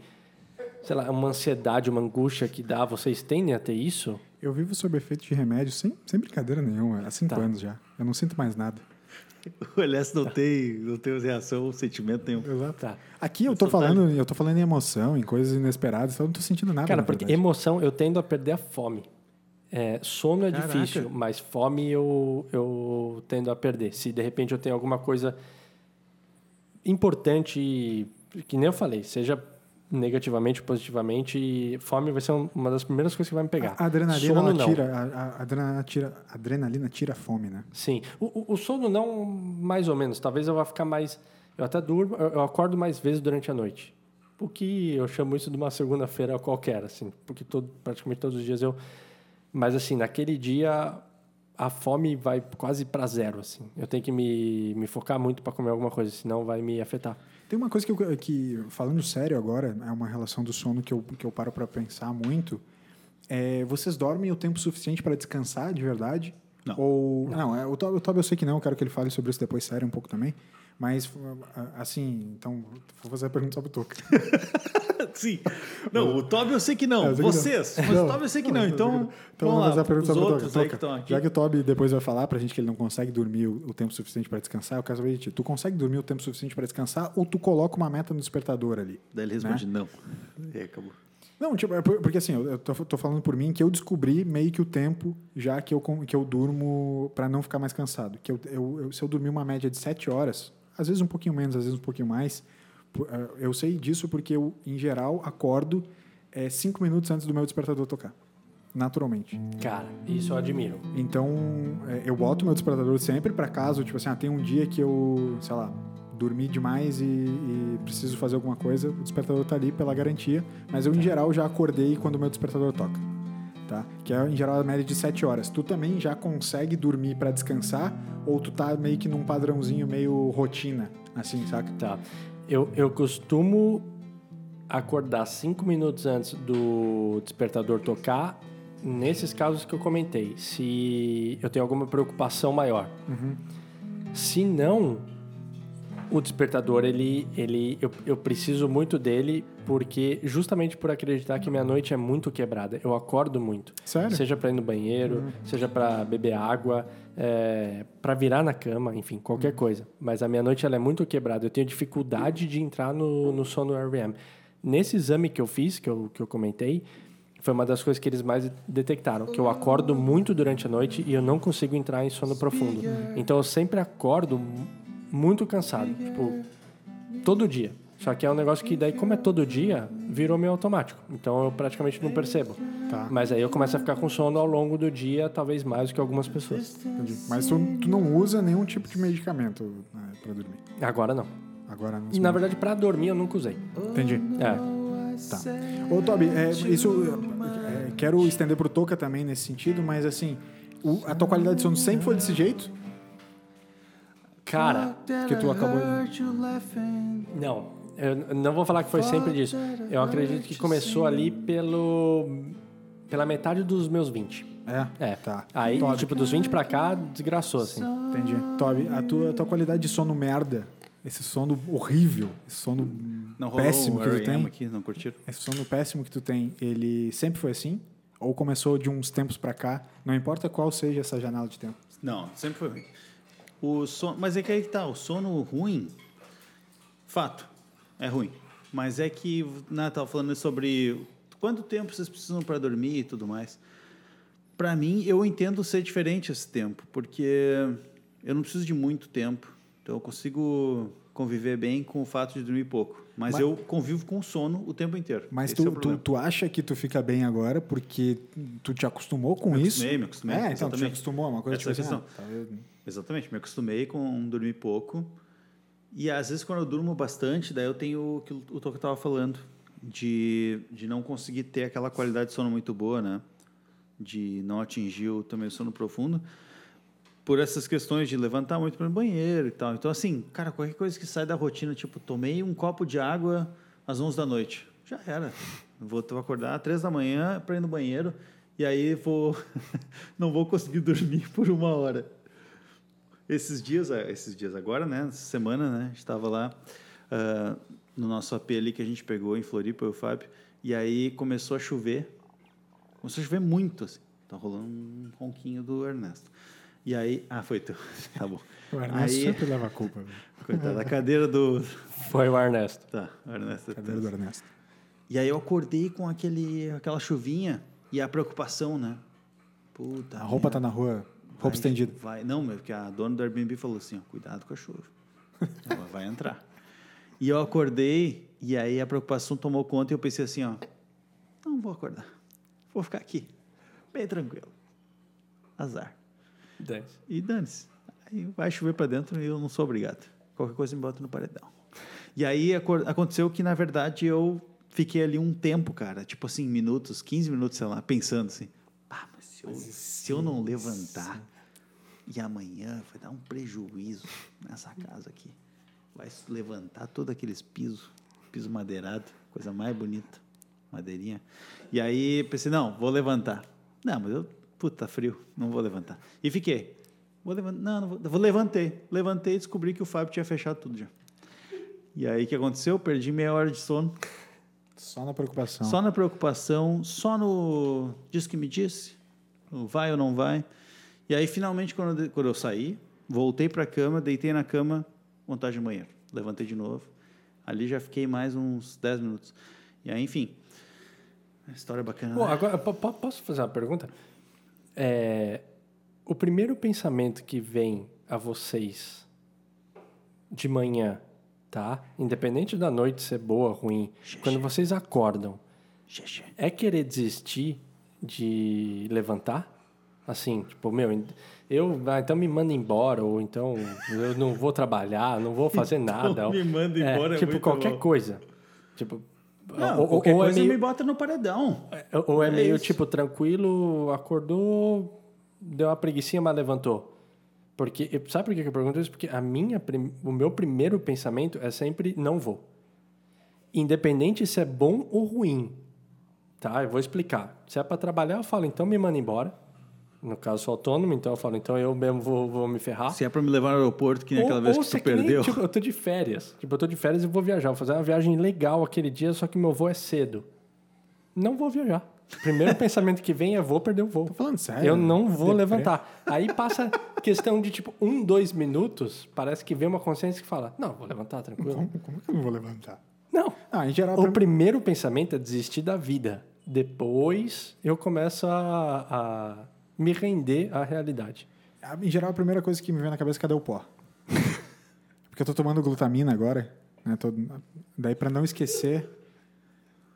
sei lá, uma ansiedade, uma angústia que dá, vocês tendem a ter isso?
Eu vivo sob efeito de remédio sem, sem brincadeira nenhuma, há
Tá.
cinco anos já. Eu não sinto mais nada.
O LS não tem, não tem reação, sentimento um nenhum.
Exato.
Tá.
Aqui eu tô falando, eu tô falando em emoção, em coisas inesperadas, então eu não tô sentindo nada.
Cara,
na
porque
verdade.
emoção eu tendo a perder a fome. É, sono é
Caraca.
difícil, mas fome eu, eu tendo a perder. Se de repente eu tenho alguma coisa importante, que nem eu falei, seja negativamente, positivamente, fome vai ser um- uma das primeiras coisas que vai me pegar.
a adrenalina
sono
ela
não.
tira, a, a- a adrenalina tira, a adrenalina tira a fome, né?
Sim. O, o- o sono não, mais ou menos. Talvez eu vá ficar mais. Eu até durmo, eu, eu acordo mais vezes durante a noite. O que eu chamo isso de uma segunda-feira qualquer, assim, porque todo, praticamente todos os dias eu. Mas assim, naquele dia a fome vai quase para zero, assim. Eu tenho que me, me focar muito para comer alguma coisa, senão vai me afetar.
Tem uma coisa que, eu, que falando sério agora, é uma relação do sono que eu, que eu paro pra pensar muito. É, vocês dormem o tempo suficiente pra descansar de verdade?
Não.
Ou não? é, o Tob o Tob eu sei que não. Eu quero que ele fale sobre isso depois sério um pouco também. Mas ah, assim, então vou fazer a pergunta só pro Toca.
Sim. Não, o Toby eu sei que não.
É, Eu sei que não.
Vocês. Mas o Toby eu sei que não. Então,
então
vamos
vamos
lá.
fazer a pergunta
os
sobre o
outros aí
Toca.
que estão
Toca.
aqui.
Já que o Toby depois vai falar pra gente que ele não consegue dormir o, o tempo suficiente pra descansar, eu quero saber de ti. Tu consegue dormir o tempo suficiente pra descansar ou tu coloca uma meta no despertador ali?
Daí ele responde não. E aí acabou.
Não, tipo, é por- porque assim, eu eu tô, tô falando por mim que eu descobri meio que o tempo já que eu, com- que eu durmo pra não ficar mais cansado. Que eu, eu- eu- se eu dormir uma média de 7 horas, às vezes um pouquinho menos, às vezes um pouquinho mais, por- eh, eu sei disso porque eu, em geral, acordo 5 minutos antes do meu despertador tocar, naturalmente.
Cara, isso eu admiro.
Então, é, eu boto meu despertador sempre pra caso, tipo assim, ah, tem um dia que eu, sei lá, dormi demais e, e preciso fazer alguma coisa, o despertador tá ali pela garantia, mas eu, em geral, já acordei quando meu despertador toca, tá? Que é, em geral, a média de 7 horas. Tu também já consegue dormir pra descansar ou tu tá meio que num padrãozinho meio rotina, assim, saca?
Tá. Eu, eu costumo acordar cinco minutos antes do despertador tocar, nesses casos que eu comentei, se eu tenho alguma preocupação maior. Se não, o despertador, ele, ele, eu, eu preciso muito dele, porque justamente por acreditar que minha noite é muito quebrada, eu acordo muito.
Sério?
Seja para ir no banheiro, seja para beber água, é, para virar na cama, enfim, qualquer coisa. Mas a minha noite ela é muito quebrada. Eu tenho dificuldade de entrar no, no sono REM. Nesse exame que eu fiz, que eu, que eu comentei, foi uma das coisas que eles mais detectaram, que eu acordo muito durante a noite e eu não consigo entrar em sono profundo. Então eu sempre acordo mu- muito cansado, tipo, todo dia. Só que é um negócio que daí, como é todo dia, virou meio automático. Então eu praticamente não percebo.
Tá.
Mas aí eu começo a ficar com sono ao longo do dia, talvez mais do que algumas pessoas.
Entendi. Mas tu, tu não usa nenhum tipo de medicamento né, pra dormir.
Agora não.
Agora, nesse
Na verdade, pra dormir eu nunca usei.
momento. Entendi.
É.
Tá. Ô, Toby, é, isso. é, quero estender pro Toca também nesse sentido, mas assim, o- a tua qualidade de sono sempre foi desse jeito?
Cara,
Que tu acabou.
Não, eu n- não vou falar que foi sempre disso. Eu acredito que começou ali pelo pela metade dos meus 20.
É.
É.
Tá.
Aí,
Top.
tipo, dos 20 pra cá, desgraçou, assim.
Entendi. Toby, a tua, a tua qualidade de sono merda, esse sono horrível, esse sono
Não rolou
péssimo
o
que tu
R.E.M.
tem,
aqui, não curtiram?
esse sono péssimo que tu tem, ele sempre foi assim? Ou começou de uns tempos pra cá? Não importa qual seja essa janela de tempo.
Não, sempre foi ruim. O sono, mas é que aí que tá, o sono ruim, fato, é ruim. Mas é que, né, tava falando sobre quanto tempo vocês precisam para dormir e tudo mais. Para mim, eu entendo ser diferente esse tempo, porque eu não preciso de muito tempo. Então eu consigo conviver bem com o fato de dormir pouco. Mas,
Mas-
eu convivo com sono o tempo inteiro.
Mas
Esse é
tu,
o
tu,
problema.
tu acha que tu fica bem agora porque tu te acostumou com
Me
isso?
acostumei, me acostumei,
É, então tu te
exatamente.
acostumou, é uma coisa
Essa é a
tipo assim,
questão.
ah, tá, eu-
Exatamente, me acostumei com dormir pouco. E às vezes quando eu durmo bastante, daí eu tenho o que o Toco estava falando, de, de não conseguir ter aquela qualidade de sono muito boa, né? De não atingir o, também o sono profundo. Por essas questões de levantar muito para o banheiro e tal. Então, assim, cara, qualquer coisa que sai da rotina, tipo, tomei um copo de água às 11 da noite. Já era. Vou vou acordar às 3 da manhã para ir no banheiro. E aí vou. não vou conseguir dormir por uma hora. Esses dias, eh, esses dias agora, né? Essa semana, né? A gente estava lá ah, no nosso AP ali que a gente pegou em Floripa, eu e o Fábio. E aí começou a chover. Começou a chover muito, assim. Tá rolando um ronquinho do Ernesto. E aí... Ah, foi tu. Tá bom.
O Ernesto
aí,
sempre leva a culpa. velho.
coitado, da cadeira do...
Foi o Ernesto.
Tá, o Ernesto...
Cadê É o Ernesto?
E aí eu acordei com aquele, aquela chuvinha e a preocupação, né? Puta
A roupa tá na rua, roupa estendida.
Vai, não, meu, porque a dona do Airbnb falou assim: ó, cuidado com a chuva. Ela vai entrar. E eu acordei, e aí a preocupação tomou conta e eu pensei assim: ó, não vou acordar. Vou ficar aqui. Bem tranquilo. Azar.
Dez.
E dane-se. Aí vai chover para dentro e eu não sou obrigado. Qualquer coisa me bota no paredão. E aí acor- aconteceu que, na verdade, eu fiquei ali um tempo, cara. Tipo assim, minutos, 15 minutos, sei lá, pensando assim. Ah, mas se eu, se eu não levantar e amanhã vai dar um prejuízo nessa casa aqui. Vai se levantar todos aqueles pisos, piso madeirado, coisa mais bonita, madeirinha. E aí pensei, não, vou levantar. Não, mas eu, puta, tá frio, não vou levantar. E fiquei. Vou levantar, não, não vou, vou- levantei. Levantei e descobri que o Fábio tinha fechado tudo já. E aí o que aconteceu? Eu Perdi meia hora de sono.
Só na preocupação.
Só na preocupação, só no diz que me disse, no vai ou não vai. E aí, finalmente, quando eu, quando eu saí, voltei para a cama, deitei na cama, montagem de banheiro. Levantei de novo. Ali já fiquei mais uns 10 minutos. E aí, enfim, a história é bacana.
Pô,
né?
agora, po- po- posso fazer uma pergunta? É, o primeiro pensamento que vem a vocês de manhã, tá? Independente da noite ser boa ou ruim, quando vocês acordam,
Xê, xê.
é querer desistir de levantar? Assim, tipo, meu, eu, ah, então me manda embora, ou então eu não vou trabalhar, não vou fazer nada. ou-
Então me manda embora é
Tipo,
muito
qualquer
bom.
coisa. Tipo,
Não,
ou- ou,
qualquer
ou
coisa
é meio
me bota no paredão.
ou é,
É
meio
isso.
tipo tranquilo, acordou, deu uma preguicinha, mas levantou. Porque eu- sabe por que que eu pergunto isso? Porque a minha prim- o meu primeiro pensamento é sempre não vou. Independente se é bom ou ruim. Tá? Eu vou explicar. Se é para trabalhar, eu falo, então me manda embora. No caso, sou autônomo, então eu falo, então eu mesmo vou, vou me ferrar.
Se é para me levar ao aeroporto, que nem aquela vez que
se
tu
é nem,
perdeu.
tipo, eu tô de férias. Tipo, eu tô de férias e vou viajar. Vou fazer uma viagem legal aquele dia, só que meu voo é cedo. Não vou viajar. Primeiro pensamento que vem é vou perder o voo. Tô né?
falando sério?
Eu não vou
Deprê.
levantar. Aí passa questão de tipo um, dois minutos, parece que vem uma consciência que fala, não, vou levantar, tranquilo.
Como, como que eu não vou levantar?
Não.
Ah, em geral,
O
pra-
primeiro pensamento é desistir da vida. Depois eu começo a, a me render à realidade.
Ah, Em geral, a primeira coisa que me vem na cabeça é cadê o pó? Porque eu tô tomando glutamina agora, né? Tô- Daí pra não esquecer,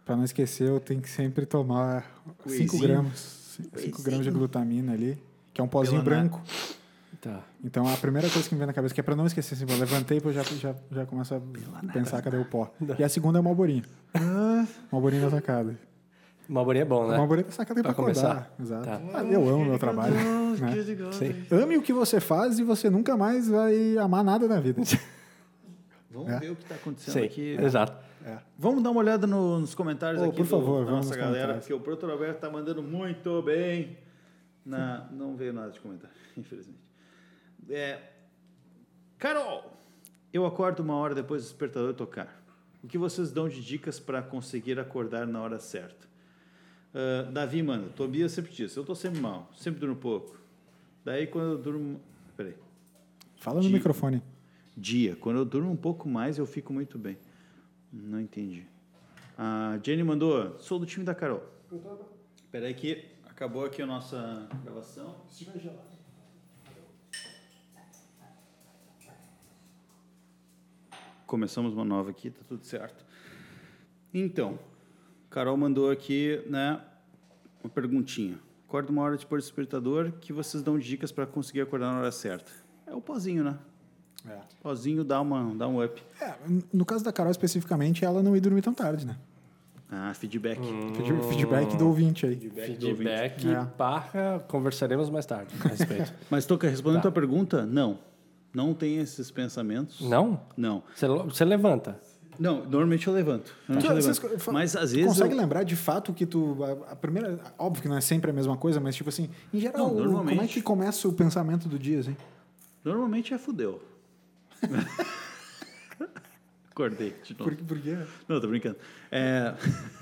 para não esquecer, eu tenho que sempre tomar 5
Wheyzinho.
gramas, 5 gramas de glutamina ali, que é um pozinho
Pela na-
branco.
Tá.
Então a primeira coisa que me vem na cabeça que é pra não esquecer, assim, eu levantei, eu já já já começo a pensar cadê o pó. E a segunda é o malborinho.
Ah.
Malborinho da sacada.
Uma bolinha é bom, né?
O malborinho da sacada é pra
Pra
acordar.
começar?
Exato.
Tá.
Ah, eu amo meu trabalho, né?
Sim.
Ame o que você faz e você nunca mais vai amar nada na vida.
Vamos
É.
ver o que está acontecendo
Sim,
aqui.
exato.
Vamos dar uma olhada no- nos comentários
Oh,
aqui
por
do-
favor,
da
vamos
nossa
nos
galera,
comentários.
porque o Proto Roberto está mandando muito bem. Na, não veio nada de comentário, infelizmente. É, Carol, eu acordo uma hora depois do despertador tocar. O que vocês dão de dicas para conseguir acordar na hora certa? Ah, Davi, mano, Tobias sempre diz, eu tô sempre mal, sempre durmo pouco. Daí quando eu durmo... Peraí.
Fala no
De-
microfone.
Dia. Quando eu durmo um pouco mais, eu fico muito bem. Não entendi. A Jenny mandou, sou do time da Carol. Espera aí que acabou aqui a nossa gravação. Começamos uma nova aqui, tá tudo certo. Então, Carol mandou aqui, né, uma perguntinha. Acordo uma hora depois do despertador, que vocês dão dicas para conseguir acordar na hora certa. É o pozinho, né?
É.
Pozinho dá, uma, dá um up.
É, no caso da Carol especificamente, ela não ia dormir tão tarde, né?
Ah, feedback.
Feed- Feedback do ouvinte aí.
do ouvinte.
Feedback,
É.
barra, conversaremos mais tarde a respeito.
Mas, Toca, respondendo
Tá.
a tua pergunta, não. Não tem esses pensamentos.
Não?
Não.
Você lo- Você levanta.
Não, normalmente eu levanto. Normalmente
Cara, Tá. Então,
eu
vocês
levanto.
co- fa-
Mas às vezes.
Consegue
Eu...
lembrar de fato que tu. A, a primeira. Óbvio que não é sempre a mesma coisa, mas tipo assim, em geral,
Não,
o-
normalmente.
como é que começa o pensamento do dia, assim?
Normalmente é fudeu. Acordei de novo.
Por, por quê?
Não, tô brincando. É,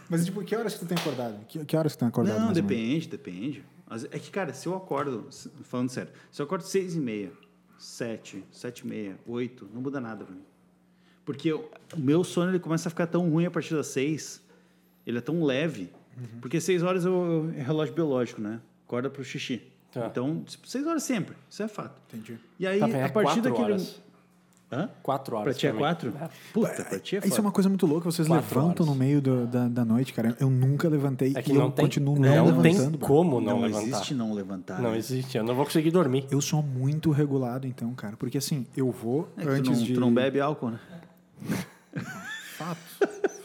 Mas tipo, que horas que tu tem acordado? Que, que horas que tu tem acordado?
Não,
mais ou menos?
depende, depende. Às- É que, cara, se eu acordo, se- falando sério, se eu acordo seis e meia, sete, sete e meia, oito, não muda nada pra mim. Porque eu- o meu sono ele começa a ficar tão ruim a partir das seis, ele é tão leve,
Uhum.
porque seis horas eu, eu- é relógio biológico, né? Acorda pro xixi.
Tá.
Então, tipo, seis horas sempre, isso é fato.
Entendi.
E aí,
Tá bem, é
a partir
quatro
daquele...
horas.
Hã?
Quatro horas.
Pra ti é
mim.
quatro? Puta, pra ti é
Isso é uma coisa muito louca, vocês
Quatro
levantam
horas.
no meio do- da, da noite, cara. Eu nunca levantei
É que
e
não
eu
tem,
continuo não,
não tem
levantando. bro.
como não,
Não,
levantar.
existe não levantar.
Não
né?
existe. Eu não vou conseguir dormir.
Eu sou muito regulado, então, cara. Porque assim, eu vou
É que tu
antes
não,
de.
tu não bebe álcool, né?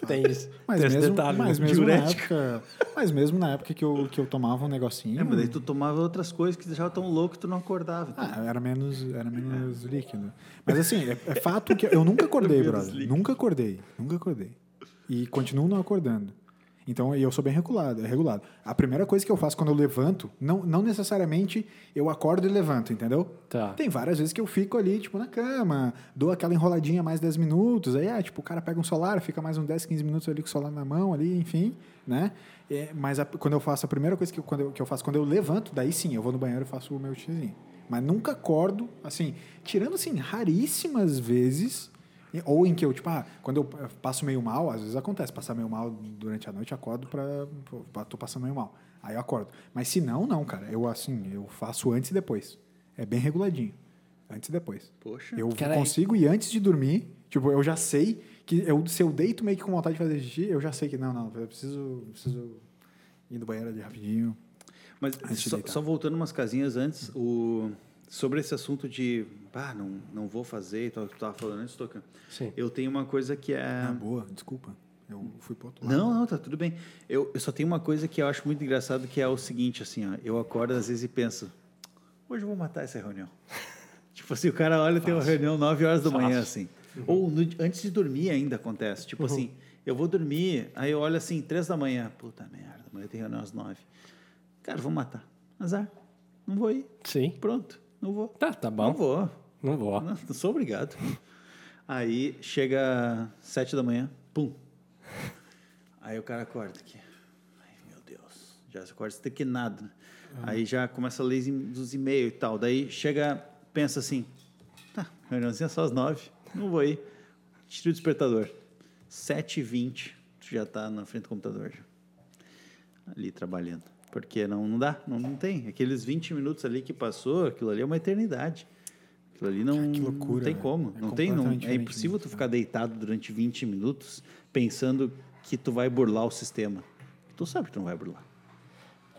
Tem isso.
Mas
Tem esse
mesmo,
detalhe.
mas
né?
mesmo na
Diurético.
época. Mas mesmo na época que eu, que eu tomava um negocinho.
É, mas daí tu tomava outras coisas que te deixavam tão louco que tu não acordava.
Ah, era menos, era menos líquido. Mas assim, é, é fato que eu nunca acordei,
Menos
brother.
líquido.
Nunca acordei, nunca acordei. E continuo não acordando. Então, e eu sou bem regulado, é regulado. A primeira coisa que eu faço quando eu levanto, não, não necessariamente eu acordo e levanto, entendeu?
Tá.
Tem várias vezes que eu fico ali, tipo, na cama, dou aquela enroladinha mais 10 minutos, aí, ah, tipo, o cara pega um solar, fica mais uns 10, 15 minutos ali com o solar na mão, ali, enfim, né? É, mas a- quando eu faço, a primeira coisa que eu, quando eu- que eu faço, quando eu levanto, daí sim, eu vou no banheiro e faço o meu xizinho. Mas nunca acordo, assim, tirando, assim, raríssimas vezes, e- ou em que eu, tipo, ah, quando eu eh, passo meio mal, às vezes acontece, passar meio mal durante a noite, eu acordo pra, pô, tô passando meio mal, aí eu acordo. Mas se não, não, cara, eu, assim, eu faço antes e depois. É bem reguladinho. Antes e depois.
Poxa.
Eu
Cara,
consigo e antes de dormir, tipo, eu já sei que eu, se eu deito meio que com vontade de fazer xixi, eu já sei que não, não, eu preciso, preciso ir no banheiro ali rapidinho.
Mas
Antes de
só,
deitar.
só voltando umas casinhas antes, o, sobre esse assunto de, ah, não, não vou fazer e tal, que tu tava falando antes, Tocan.
Sim.
Eu tenho uma coisa que é...
Ah, boa, desculpa. Eu fui pro outro lado.
Não, não, tá tudo bem. Eu, eu só tenho uma coisa que eu acho muito engraçado, que é o seguinte, assim, ó, eu acordo às vezes e penso, hoje eu vou matar essa reunião. tipo assim, o cara olha e tem uma reunião 9 horas da manhã, assim. Ou no- antes de dormir ainda acontece. Tipo assim, eu vou dormir, aí eu olho assim, 3 da manhã, puta merda, amanhã tem reunião às 9. Cara, eu vou matar. Azar. Não vou ir.
Sim.
Pronto, não vou.
Tá, tá bom.
Não vou.
Não vou.
Não, não sou obrigado. Aí chega sete da manhã, pum. Aí o cara acorda aqui. Ai, meu Deus. Já se acorda estequinado. Né? Aí já começa a ler dos e-mails e tal. Daí chega, pensa assim, tá, reuniãozinha só às nove, não vou ir. Tira o despertador. Sete e vinte, tu já tá na frente do computador. Já ali trabalhando. Porque não, não dá, não, não tem. Aqueles 20 minutos ali que passou, aquilo ali é uma eternidade. Aquilo ali não,
Ah, que loucura,
não tem
né?
como.
É
não tem, não,
completamente né?
é impossível tu ficar deitado durante 20 minutos pensando que tu vai burlar o sistema. Tu sabe que tu não vai burlar.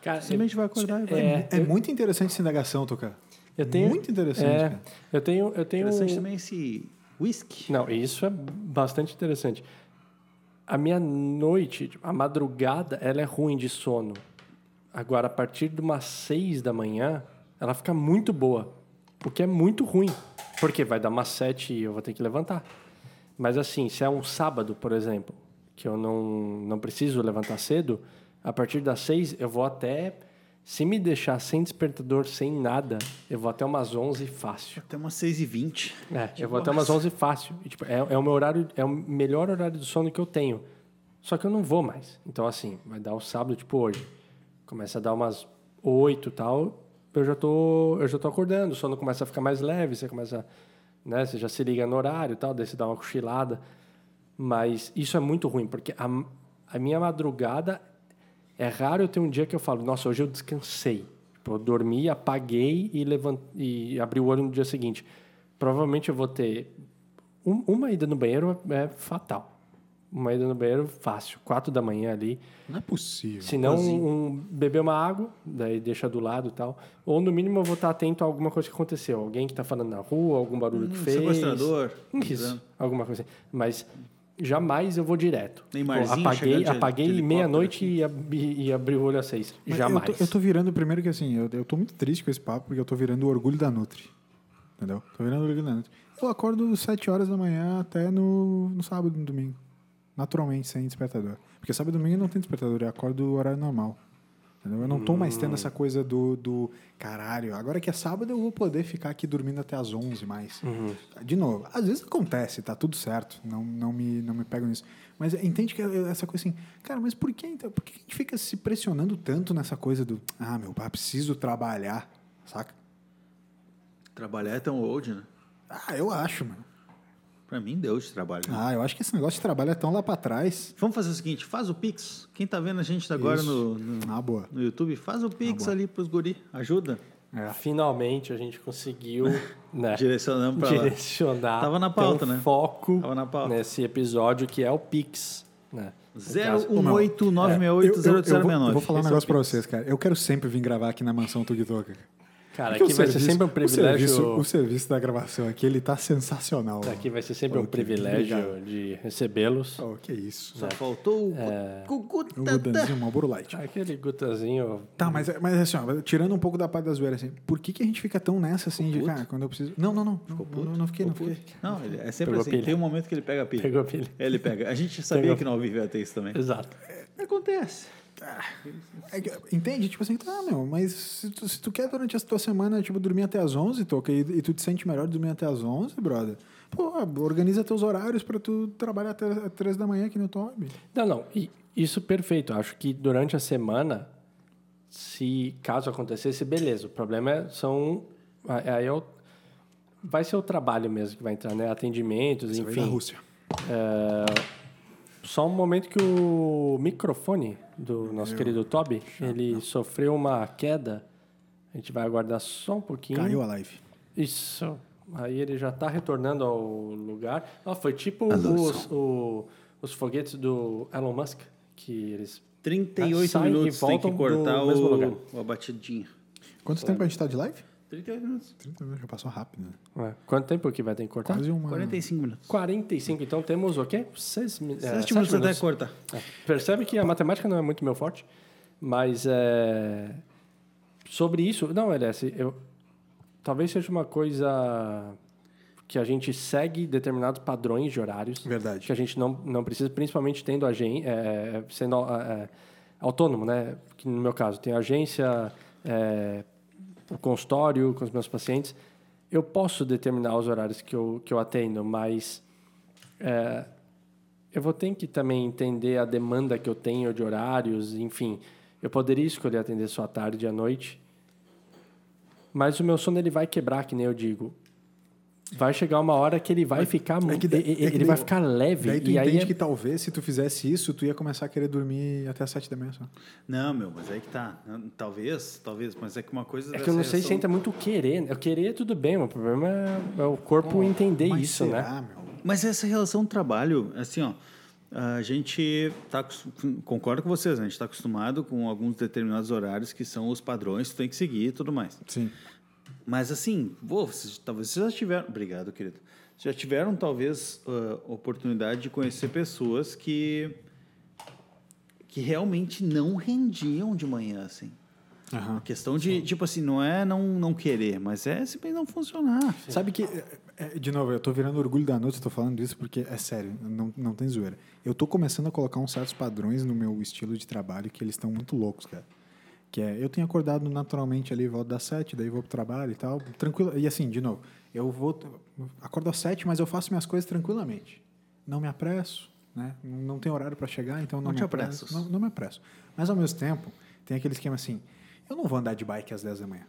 Cara,
Simplesmente vai acordar e vai.
É,
É muito interessante essa indagação, Tocar.
eu tenho,
Muito interessante,
é,
cara.
eu tenho, eu tenho.
Interessante também esse whisky.
Não, isso é bastante interessante. A minha noite, tipo, a madrugada, ela é ruim de sono. Agora, a partir de umas seis da manhã, ela fica muito boa. O que é muito ruim. Porque vai dar umas sete e eu vou ter que levantar. Mas assim, se é um sábado, por exemplo, que eu não, não preciso levantar cedo, a partir das seis eu vou até. Se me deixar sem despertador, sem nada, eu vou até umas 11 fácil.
Até umas 6h20.
É, eu vou até umas 11 fácil. E, tipo, é, é o meu horário, é o melhor horário do sono que eu tenho. Só que eu não vou mais. Então, assim, vai dar o sábado, tipo hoje. Começa a dar umas 8 e tal, eu já tô, eu já tô acordando, o sono começa a ficar mais leve, você começa, né, você já se liga no horário e tal, daí você dá uma cochilada. Mas isso é muito ruim, porque a, a minha madrugada é raro eu ter um dia que eu falo, nossa, hoje eu descansei. Tipo, eu dormi, apaguei e, levant... e abri o olho no dia seguinte. Provavelmente eu vou ter. um- uma ida no banheiro é fatal. Uma ida no banheiro fácil. Quatro da manhã ali.
Não é possível.
Se não, um, beber uma água, daí deixa do lado e tal. Ou no mínimo eu vou estar atento a alguma coisa que aconteceu. Alguém que está falando na rua, algum barulho que fez.
Hum, sequestrador.
Hum,
Tá
Isso, alguma coisa assim. Mas jamais eu vou direto.
Neymarzinho
Pô, apaguei
chegando de- de
apaguei
helicóptero,
meia-noite e, abri, e abri o olho às seis.
Mas
jamais.
Eu tô, eu tô virando primeiro que assim, eu, eu tô muito triste com esse papo, porque eu tô virando o orgulho da Nutri. Entendeu? Tô virando o orgulho da Nutri. Eu acordo 7 horas da manhã até no, no sábado e no domingo. Naturalmente, sem despertador. Porque sábado e domingo não tem despertador, eu acordo no horário normal. Entendeu? Eu não tô mais tendo essa coisa do, do caralho, agora que é sábado eu vou poder ficar aqui dormindo até às 11 mais. De novo, às vezes acontece, tá tudo certo, não, não, me, não me pego nisso. Mas entende que é essa coisa assim, cara, mas por que então? Por que a gente fica se pressionando tanto nessa coisa do, ah, meu pai, preciso trabalhar, saca?
Trabalhar é tão old, né?
Ah, eu acho, mano.
Pra mim, deu de trabalho. né?
Ah, eu acho que esse negócio de trabalho é tão lá pra trás.
Vamos fazer o seguinte, faz o Pix. Quem tá vendo a gente agora no, no,
Ah, boa.
no YouTube, faz o Pix ali pros guri. Ajuda.
Finalmente a gente conseguiu né,
Direcionamos pra lá.
direcionar
Tava na pauta,
ter um
né?
foco
Tava na pauta.
nesse episódio que é o Pix. Né? No caso.
É, Eu, eu, eu, vou, eu
01968
vou
é
falar um negócio pra vocês, cara. Eu quero sempre vir gravar aqui na mansão Tugitoca, cara.
Cara,
Porque
aqui
o
vai
serviço-
ser sempre um
O serviço,
privilégio.
o serviço da gravação aqui, ele tá sensacional.
Aqui vai ser sempre um
Ok,
privilégio
obrigado.
de recebê-los.
Oh, que isso.
Tá,
Só faltou o
É.
O Gudanzinho Marlboro Light.
Aquele gutazinho.
Tá, mas, mas assim, ó, tirando um pouco da parte da zoeira, assim, por que, que a gente fica tão nessa, assim, de, cara, quando eu preciso... Não, não, não. Ficou não, não, não fiquei, não fiquei.
Não, ele- é sempre
Pegou
assim.
pilha.
Tem um momento que ele pega a pilha.
Pegou a pilha.
Ele pega. A gente sabia
Pegou.
que não vivo ia ter isso também.
Exato.
Acontece.
É que- entende? Tipo assim, tá, meu, mas se tu, se tu quer durante a tua semana, tipo, dormir até as 11, Toca, e, e tu te sente melhor dormir até as 11, brother, pô, organiza teus horários pra tu trabalhar até as 3 da manhã aqui no Tomb.
Não, não. E isso perfeito. Acho que durante a semana, se caso acontecesse, beleza. O problema é, são. Aí é o- vai ser o trabalho mesmo que vai entrar, né? Atendimentos,
Vem da
enfim. é,
Rússia.
Só um momento que o microfone do nosso querido Toby, ele sofreu uma queda. A gente vai aguardar só um pouquinho.
Caiu a live.
Isso. Aí ele já tá retornando ao lugar. Ó, foi tipo os, o- os foguetes do Elon Musk, que eles.
38
Sai e
minutos tem que
voltam
cortar
do mesmo lugar.
o, a batidinha.
Quanto tempo a gente tá de live?
38 minutos.
30 minutos, já passou rápido, né?
Ué, É. Quanto tempo que vai ter que cortar?
Quase uma...
45 minutos.
45, então temos o quê? Seis, mi- é, sete
7 minutos até
minutos.
cortar.
É, Percebe que a matemática não é muito meu forte, mas é, sobre isso, não, LS, eu talvez seja uma coisa que a gente segue determinados padrões de horários.
Verdade.
Que a gente não, não precisa, principalmente tendo agência, sendo é, autônomo, né? Que no meu caso, tenho agência, é, o consultório com os meus pacientes. Eu posso determinar os horários que eu, que eu atendo, mas é, eu vou ter que também entender a demanda que eu tenho de horários, enfim. Eu poderia escolher atender só à tarde e à noite, mas o meu sono ele vai quebrar, que nem eu digo. Vai chegar uma hora que ele vai ficar muito,
que da- é que
ele
daí-
vai ficar leve
Daí tu
e aí
entende
é-
que talvez se tu fizesse isso, tu ia começar a querer dormir até as 7 da manhã só.
Não, meu, mas aí que tá. Talvez, talvez, mas é que uma coisa.
é que
dessa
eu
assim,
não sei se
relação-
entra muito o querer. né? O querer é tudo bem, mas o problema é, é o corpo entender
Mas
isso, né?
será, meu?
Mas essa relação do trabalho, assim, ó, a gente tá acos- concordo com vocês, né? a gente está acostumado com alguns determinados horários que são os padrões que tem que seguir e tudo mais.
Sim.
Mas assim, vou, vocês- talvez vocês já tiveram, obrigado, querido. Já tiveram talvez ah, oportunidade de conhecer pessoas que que realmente não rendiam de manhã, assim.
Aham.
A questão de, tipo assim, não é não, não querer, mas é simplesmente não funcionar.
Sabe que, eh, eh, de novo, eu tô virando orgulho da noite, eu tô falando isso porque é sério, não, não tem zoeira. Eu tô começando a colocar uns certos padrões no meu estilo de trabalho que eles estão muito loucos, cara. Que é, eu tenho acordado naturalmente ali, volto das sete, daí vou pro trabalho e tal, tranquilo. E assim, de novo, eu vou, acordo às sete, mas eu faço minhas coisas tranquilamente. Não me apresso, né? Não tem horário para chegar, então não,
Não
me
te
apresso.
apressas.
Não, não me apresso. Mas ao mesmo tempo, tem aquele esquema assim, eu não vou andar de bike às 10 da manhã.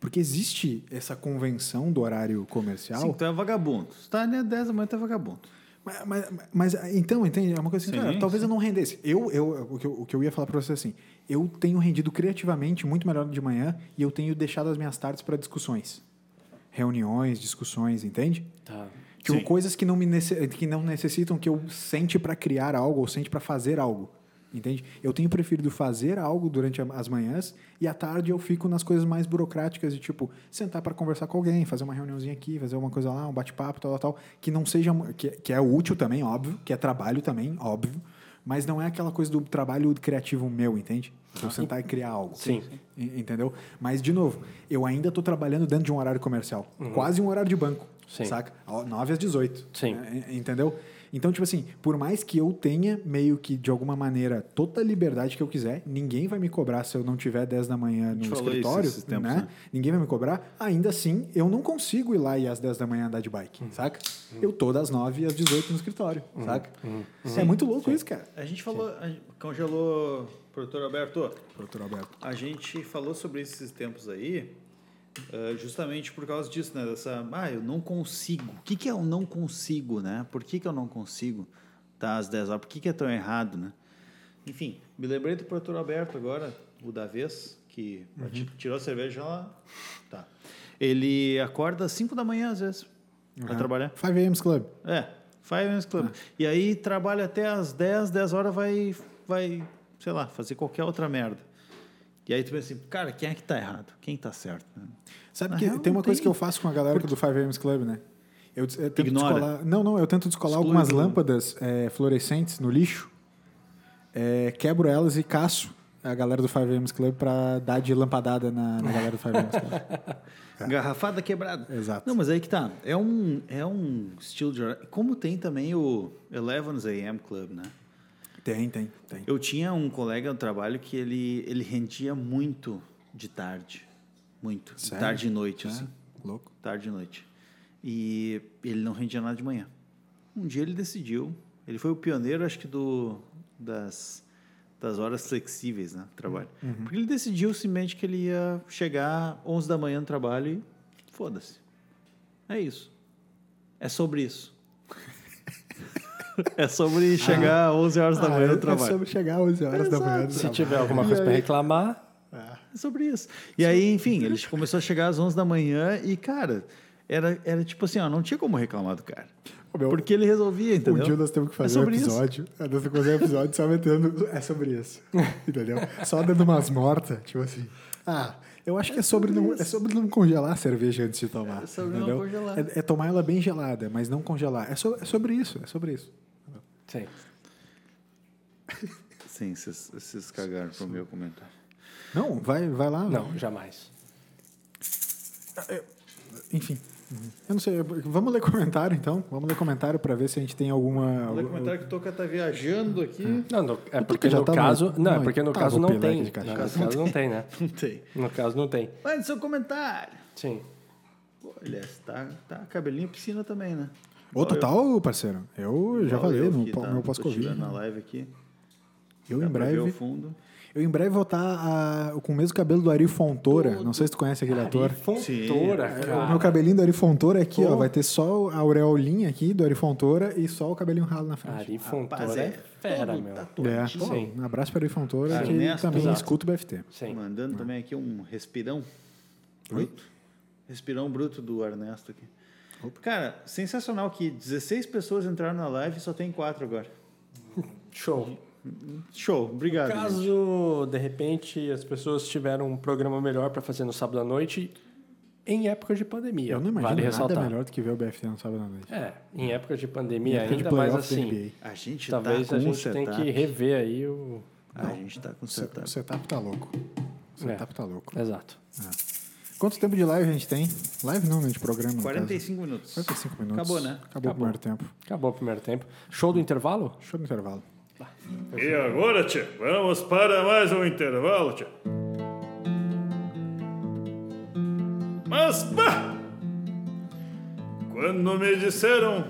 Porque existe essa convenção do horário comercial.
Sim, tu é vagabundo. Se tá né, 10 da manhã, tu é vagabundo.
Mas, mas- mas, então, entende? É uma coisa assim,
Sim,
cara, talvez eu não rendesse. Eu, eu, é, o, que eu, o que eu ia falar pra você é assim, eu tenho rendido criativamente muito melhor de manhã e eu tenho deixado as minhas tardes para discussões. Reuniões, discussões, entende?
Tá.
Tipo,
Sim.
coisas que não, me nece- que não necessitam que eu sente para criar algo ou sente para fazer algo. Entende? Eu tenho preferido fazer algo durante a- as manhãs e à tarde eu fico nas coisas mais burocráticas de tipo sentar para conversar com alguém, fazer uma reuniãozinha aqui, fazer uma coisa lá, um bate-papo, tal, tal, tal, que não seja que, que é útil também, óbvio, que é trabalho também, óbvio, mas não é aquela coisa do trabalho criativo meu, entende? Eu sentar e criar algo.
Sim.
En- Entendeu? Mas, de novo, eu ainda estou trabalhando dentro de um horário comercial.
Uhum.
Quase um horário de banco.
Sim.
Saca? Ao- 9 às 18.
Sim.
né? En- Entendeu? Então, tipo assim, por mais que eu tenha meio que, de alguma maneira, toda a liberdade que eu quiser, ninguém vai me cobrar se eu não tiver 10 da manhã no
gente falou isso
escritório,
esses tempos,
né?
né?
Ninguém vai me cobrar. Ainda assim, eu não consigo ir lá e às 10 da manhã andar de
Uhum.
bike, saca? Eu tô das 9 às 18 no escritório, saca?
Uhum.
É muito louco isso, cara.
A gente falou, congelou, produtor Alberto,
Doutor Alberto.
a gente falou sobre isso esses tempos aí, eh, justamente por causa disso, né? Dessa, ah, eu não consigo. O que, que é o não consigo, né? Por que, que eu não consigo tá às 10 horas? Por que, que é tão errado, né? Enfim, me lembrei do produtor Alberto agora, o da vez, que ti- tirou a cerveja lá. Tá. Ele acorda às 5 da manhã, às vezes, pra trabalhar.
5 a.m. Club.
É, Five Minutes Club.
Ah.
E aí trabalha até às 10, 10 horas vai, vai, sei lá, fazer qualquer outra merda. E aí tu pensa assim, cara, quem é que tá errado? Quem tá certo? né?
Sabe
Na
que
real,
Ah, tem
não
uma coisa
tem.
que eu faço com a galera do 5 Ames Club, né? Eu, des- eu tento
Ignora.
descolar. Não, não, eu tento descolar
Exclui
algumas
do-
lâmpadas eh, fluorescentes no lixo, eh, quebro elas e caço a galera do 5 Ames Club pra dar de lampadada na, na galera do 5 Ames Club.
Garrafada quebrada.
É. Exato.
Não, mas aí que tá. É um, é um estilo de horário. Como tem também o 11 AM Club, né?
Tem, tem, tem.
Eu tinha um colega no trabalho que ele, ele rendia muito de tarde. Muito. De
Sério?
tarde e noite,
É,
assim.
louco.
tarde e noite. E ele não rendia nada de manhã. Um dia ele decidiu, ele foi o pioneiro, acho que, do, das, das horas flexíveis, né? do Trabalho.
Uhum.
Porque ele decidiu simplesmente que ele ia chegar 11 da manhã no trabalho e foda-se. É isso. É sobre isso. é sobre chegar 11 horas da
Ah,
manhã
é-
no trabalho.
É sobre chegar às 11 horas da manhã. do
Se
trabalho.
tiver alguma
Ah, E
coisa para
aí-
reclamar,
É sobre isso. E aí, enfim, ele começou a chegar às 11 da manhã e, cara, era, era tipo assim, ó, não tinha como reclamar do cara.
Ô, meu,
Porque ele resolvia, entendeu?
Um dia nós temos que
É
fazer um
sobre isso.
episódio. Nós temos que fazer um episódio só metendo. É sobre isso. Entendeu? Só dando umas mortas, tipo assim. Ah, eu acho que é sobre, não, é sobre não congelar a cerveja antes de tomar.
É sobre não
entendeu?
congelar.
É, é tomar ela bem gelada, mas não congelar. É, so- é sobre isso, é sobre isso.
sim.
Sim, vocês, vocês cagaram pro meu comentário.
Não, vai, vai lá.
Não, jamais.
Enfim. Eu não sei. Vamos ler comentário, então. Vamos ler comentário para ver se a gente tem alguma.
Olha o comentário que o Toca tá viajando aqui.
Ah.
Não, no- é porque
já
no
tá no-
caso, não, é
no
porque no
oitavo
caso não
pileque
tem.
de
Não,
cachaça.
No caso não tem, né?
Não tem.
No caso não tem.
Manda seu comentário.
Sim.
Olha, tá, tá cabelinho piscina também, né?
Ô, total, parceiro. Eu já
Igual
falei
eu
no
aqui,
po-
tá?
meu
Tô tirando
pós-Covid.
na live aqui.
Eu,
Dá
em
pra ver o
breve.
fundo.
Eu em breve vou estar ah, com o mesmo cabelo do Ari Fontoura. Não sei se tu conhece aquele ator.
Fontoura,
É, O
cara.
meu cabelinho do Ari Fontoura é aqui, ó.
Pô.
Vai ter só a aureolinha aqui do Ari Fontoura e só o cabelinho ralo na frente.
Ari
Rapaz, tá
Fontoura é fera,
todo
meu.
É,
tatuadinho.
pô, um abraço para o Ari Fontoura,
Cara,
que
honesto,
também
exato.
escuta o BFT.
Sim.
Ah.
Mandando também aqui um respirão bruto. Respirão bruto do Ernesto aqui. Cara, sensacional que 16 pessoas entraram na live e só tem 4 agora.
Show.
Show, obrigado. gente.
Caso, de repente, as pessoas tiveram um programa melhor para fazer no sábado à noite, em época de pandemia.
Eu não imagino
vale
nada
ressaltar.
melhor do que ver o BFT no sábado à noite.
É, em época de pandemia,
Época de
ainda mais
playoff da
assim.
NBA.
A gente
Talvez
tá
a
com um
gente tenha
setup.
que rever aí o.
A gente tá com
O
setup.
setup tá louco. O setup
É.
tá louco.
Exato.
Quanto tempo de live a gente tem? Live não, né? De programa. no caso.
45 minutos.
45 minutos.
Acabou, né?
Acabou, o primeiro tempo.
Acabou o primeiro tempo. Show do intervalo?
Show do intervalo.
E agora, tchê, vamos para mais um intervalo, tchê. Mas, pá! Quando me disseram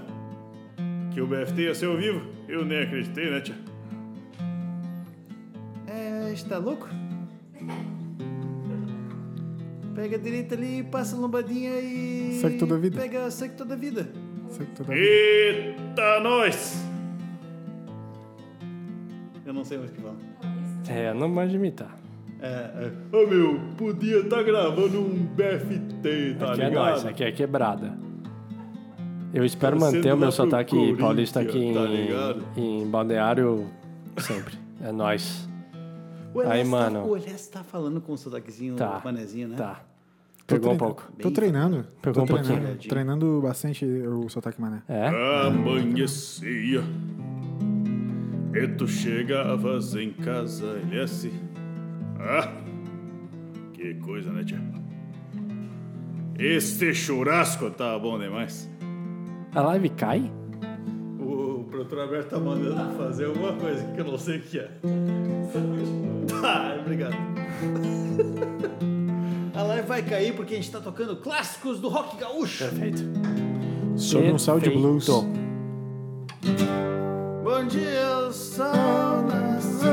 que o BFT ia ser ao vivo, eu nem acreditei, né, tchê?
É, está louco? Pega a direita ali, passa a lombadinha e.
Segue toda a vida.
Pega, segue toda a vida.
Sei que tu dá-
Eita, nós!
Eu não sei mais o que falar.
É, não mais de imitar.
É, é.
Ô, meu, podia estar gravando um BFT, tá
Aqui é
ligado?
nóis, aqui é quebrada. Eu espero
Torcendo
manter o meu
lá pro
sotaque
Corinthians,
paulista aqui
tá
em,
ligado?
em balneário sempre. É nóis.
O Elias
Aí,
tá-
mano.
O Elias tá falando com o sotaquezinho,
Tá.
o manezinho, né?
Tá.
Tô
Pegou um
trein-
pouco.
Tô treinando.
Pegou um
tô treinando.
pouquinho.
Treinando bastante o sotaque mané.
É?
Amanhecia e tu chegavas em casa, LS. Ah, que coisa, né, tia? Este churrasco tá bom demais.
A live cai?
O, o produtor Alberto tá mandando fazer alguma coisa que eu não sei o que é. Tá, obrigado. A live vai cair porque a gente tá tocando clássicos do rock gaúcho.
Perfeito.
Sobre um sal de
Perfeito.
blues.
Bom dia, sol nascente.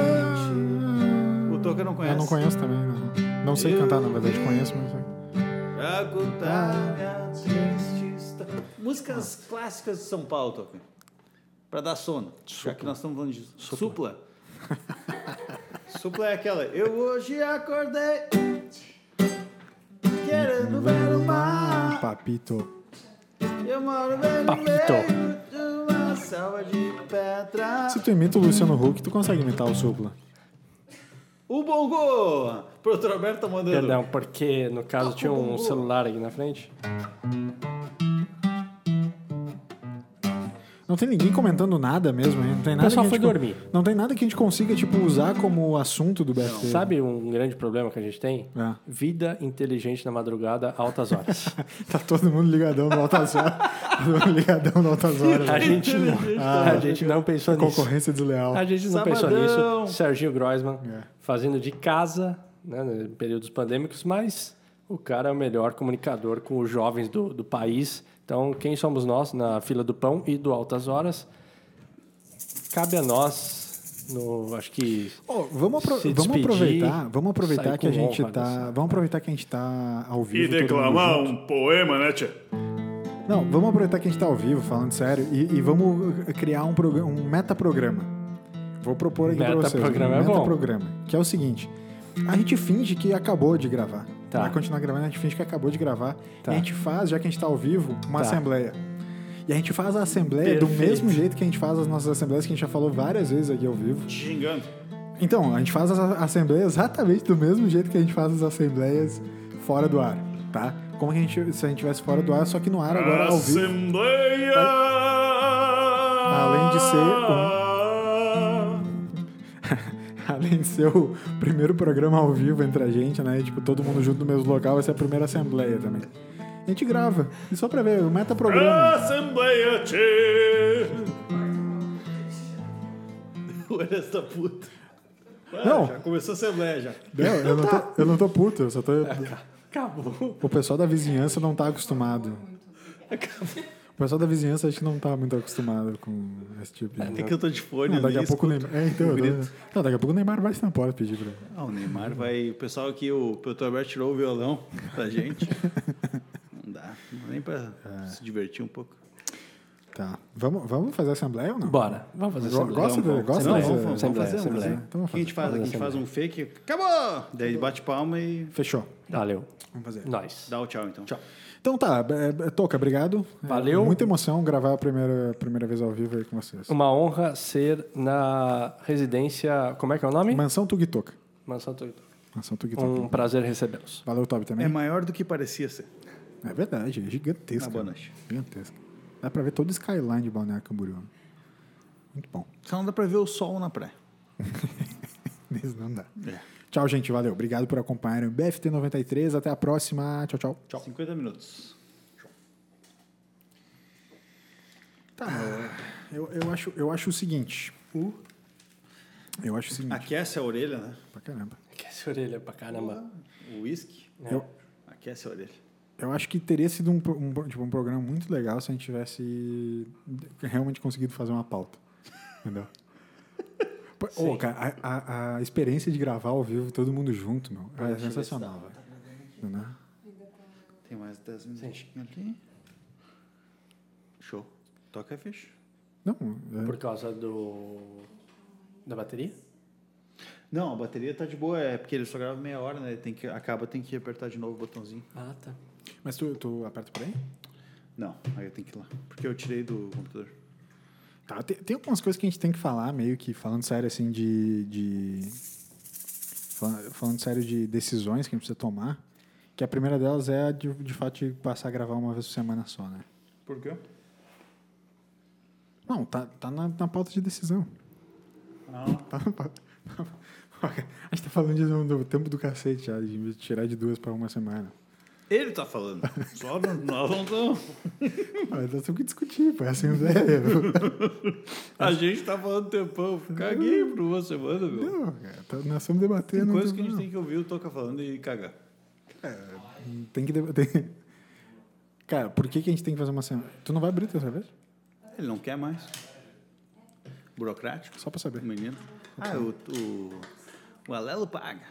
O Toca não conhece.
Eu não conheço também. Não, não sei cantar, na verdade. Conheço, mas é não sei.
Pra contar minha triste história. Músicas clássicas de São Paulo, Toca. Pra dar sono. Já que nós estamos falando de supla. supla é aquela. Eu hoje acordei querendo ver o mar.
Papito.
Eu moro bem no
Papito.
meio de uma selva de pedra.
Se tu imita o Luciano Huck, tu consegue imitar o Supla.
O Bongo! Produtor Alberto tá mandando.
Perdão, porque no caso tinha um celular aqui na frente.
Não tem ninguém comentando nada mesmo, hein? Não tem nada
pessoal
que a gente
foi
con-
dormir.
Não tem nada que a gente consiga, tipo, usar como assunto do BFT.
Sabe um grande problema que a gente tem?
É.
Vida inteligente na madrugada, altas horas.
Tá todo mundo ligadão no Altas Horas. todo mundo ligadão no Altas Horas.
A gente não, a gente não pensou nisso.
Concorrência desleal.
A gente não pensou
Sabadão.
nisso. Serginho Groisman
É.
fazendo de casa, né, em períodos pandêmicos, mas o cara é o melhor comunicador com os jovens do, do país. Então, quem somos nós na fila do pão e do Altas Horas? Cabe a nós, no, acho que.
Ô, vamos, apro-
Se
vamos
despedir,
aproveitar, vamos
sair
aproveitar
com
que a gente
honra
tá,
dessa-
vamos aproveitar que a gente tá ao vivo.
E
todo mundo
declamar
junto.
um poema, né, tia?
Não, vamos aproveitar que a gente tá ao vivo, falando sério, e, e vamos criar um, progra- um metaprograma. Vou propor aqui pra vocês.
Metaprograma
um
é bom.
metaprograma, que é o seguinte. A gente finge que acabou de gravar.
Tá.
Vai continuar gravando, a gente finge que acabou de gravar.
Tá.
E a gente faz, já que a gente tá ao vivo, uma
Tá.
assembleia. E a gente faz a assembleia do
Perfeito.
mesmo jeito que a gente faz as nossas assembleias, que a gente já falou várias vezes aqui ao vivo.
Te xingando.
Então, a gente faz as assembleias exatamente do mesmo jeito que a gente faz as assembleias fora do ar, tá? Como que a gente, se a gente tivesse fora do ar, só que no ar agora ao vivo.
Assembleia!
Além de Além de ser o primeiro programa ao vivo entre a gente, né? E, tipo, todo mundo junto no mesmo local, vai ser a primeira assembleia também. A gente grava. E só pra ver, o
Ah!
metaprograma.
Assembleia, tchê!
O Elias tá puto. Ah,
Não.
Já começou a assembleia já.
Não, eu, não tô, eu não tô puto, eu só tô.
Acabou.
O pessoal da vizinhança não tá acostumado. O pessoal da vizinhança acho que não tá muito acostumado com esse tipo de.
É que eu tô de fone.
Não,
eu
daqui
nem
a pouco o
escuto.
Neymar. É, então,
Um grito.
não, não, daqui a pouco o Neymar vai se na porta pedir pra ele.
Ah, o Neymar vai. O pessoal aqui, o Pedro Alberto tirou o violão pra gente. Não dá. Não dá nem pra se divertir um pouco.
Tá. Vamos, vamos fazer assembleia ou não?
Bora, vamos fazer
Go-
assembleia.
Gosta, do,
Vamos,
gosta
Não,
dessa-
vamos, vamos fazer,
dessa-
assembleia.
Então
O
vamos
que a gente
fazer.
faz? aqui? A gente faz um fake. Acabou! Daí bate palma e
Fechou.
Valeu.
Vamos fazer.
Nós.
dá o tchau então.
Tchau.
Então tá, é, é, Toca, obrigado. É,
Valeu.
muita emoção gravar a primeira, primeira vez ao vivo aí com vocês.
Uma honra ser na residência. Como é que é o nome?
Mansão Tug Toca.
Mansão Torito.
Mansão Tug Toca.
Um prazer recebê-los.
Valeu, Tobi,
É
também.
maior do que parecia ser.
É, verdade, é gigantesca.
Uma boa noite.
Gigantesca. Dá pra ver todo o skyline de Balneário Camboriú. Muito bom.
Só não dá pra ver o sol na praia.
Isso não dá. Tchau, gente. Valeu. Obrigado por acompanhar o BFT 93. Até a próxima. Tchau, tchau. Tchau.
50 minutos.
Eu, eu acho, eu acho o seguinte. Eu acho o seguinte.
Aquece a orelha, né?
Pra caramba.
Aquece a orelha pra caramba.
O uísque.
É.
Eu-
Aquece a orelha.
Eu acho que teria sido um, pro- um pro- tipo, um programa muito legal se a gente tivesse realmente conseguido fazer uma pauta. Entendeu? Pô, ô, cara, a, a- a experiência de gravar ao vivo, todo mundo junto, meu, é
Deixa eu ver se
sensacional.
dá.
velho. Né? Entendeu?
Tem mais 10 minutinhos aqui. Show. Toca e fecha.
Não,
É,
é.
Por causa do. da bateria?
Não, a bateria tá de boa, é porque ele só grava meia hora, né? Tem que, acaba, tem que apertar de novo o botãozinho.
Ah, tá.
é- mas tu, tu aperta por aí?
Não, aí eu tenho que ir lá. Porque eu tirei do computador.
Tá, tem, tem algumas coisas que a gente tem que falar, meio que falando sério, assim, de. de fala- falando sério de decisões que a gente precisa tomar. Que a primeira delas é a de, de fato de passar a gravar uma vez por semana só, né?
Por quê?
Não, tá, tá na, na pauta de decisão.
Ah.
Tá na pauta. A gente tá falando de, do, do tempo do cacete já, de tirar de duas pra uma semana.
Ele tá falando. Só no- nós não estamos.
Mas nós temos que discutir, pô. Essa é a ideia.
A gente tá falando tempão. Caguei por uma semana, meu.
Não, cara, tá- nós estamos debatendo.
Tem
não
coisa que a gente
não.
tem que ouvir o Toca falando e cagar.
É, Tem que debater. Cara, por que, que a gente tem que fazer uma semana? Tu não vai abrir teu cerveja?
Ele não quer mais. Burocrático,
Só pra
o
saber.
menino. Ah, o, o, o Alelo paga.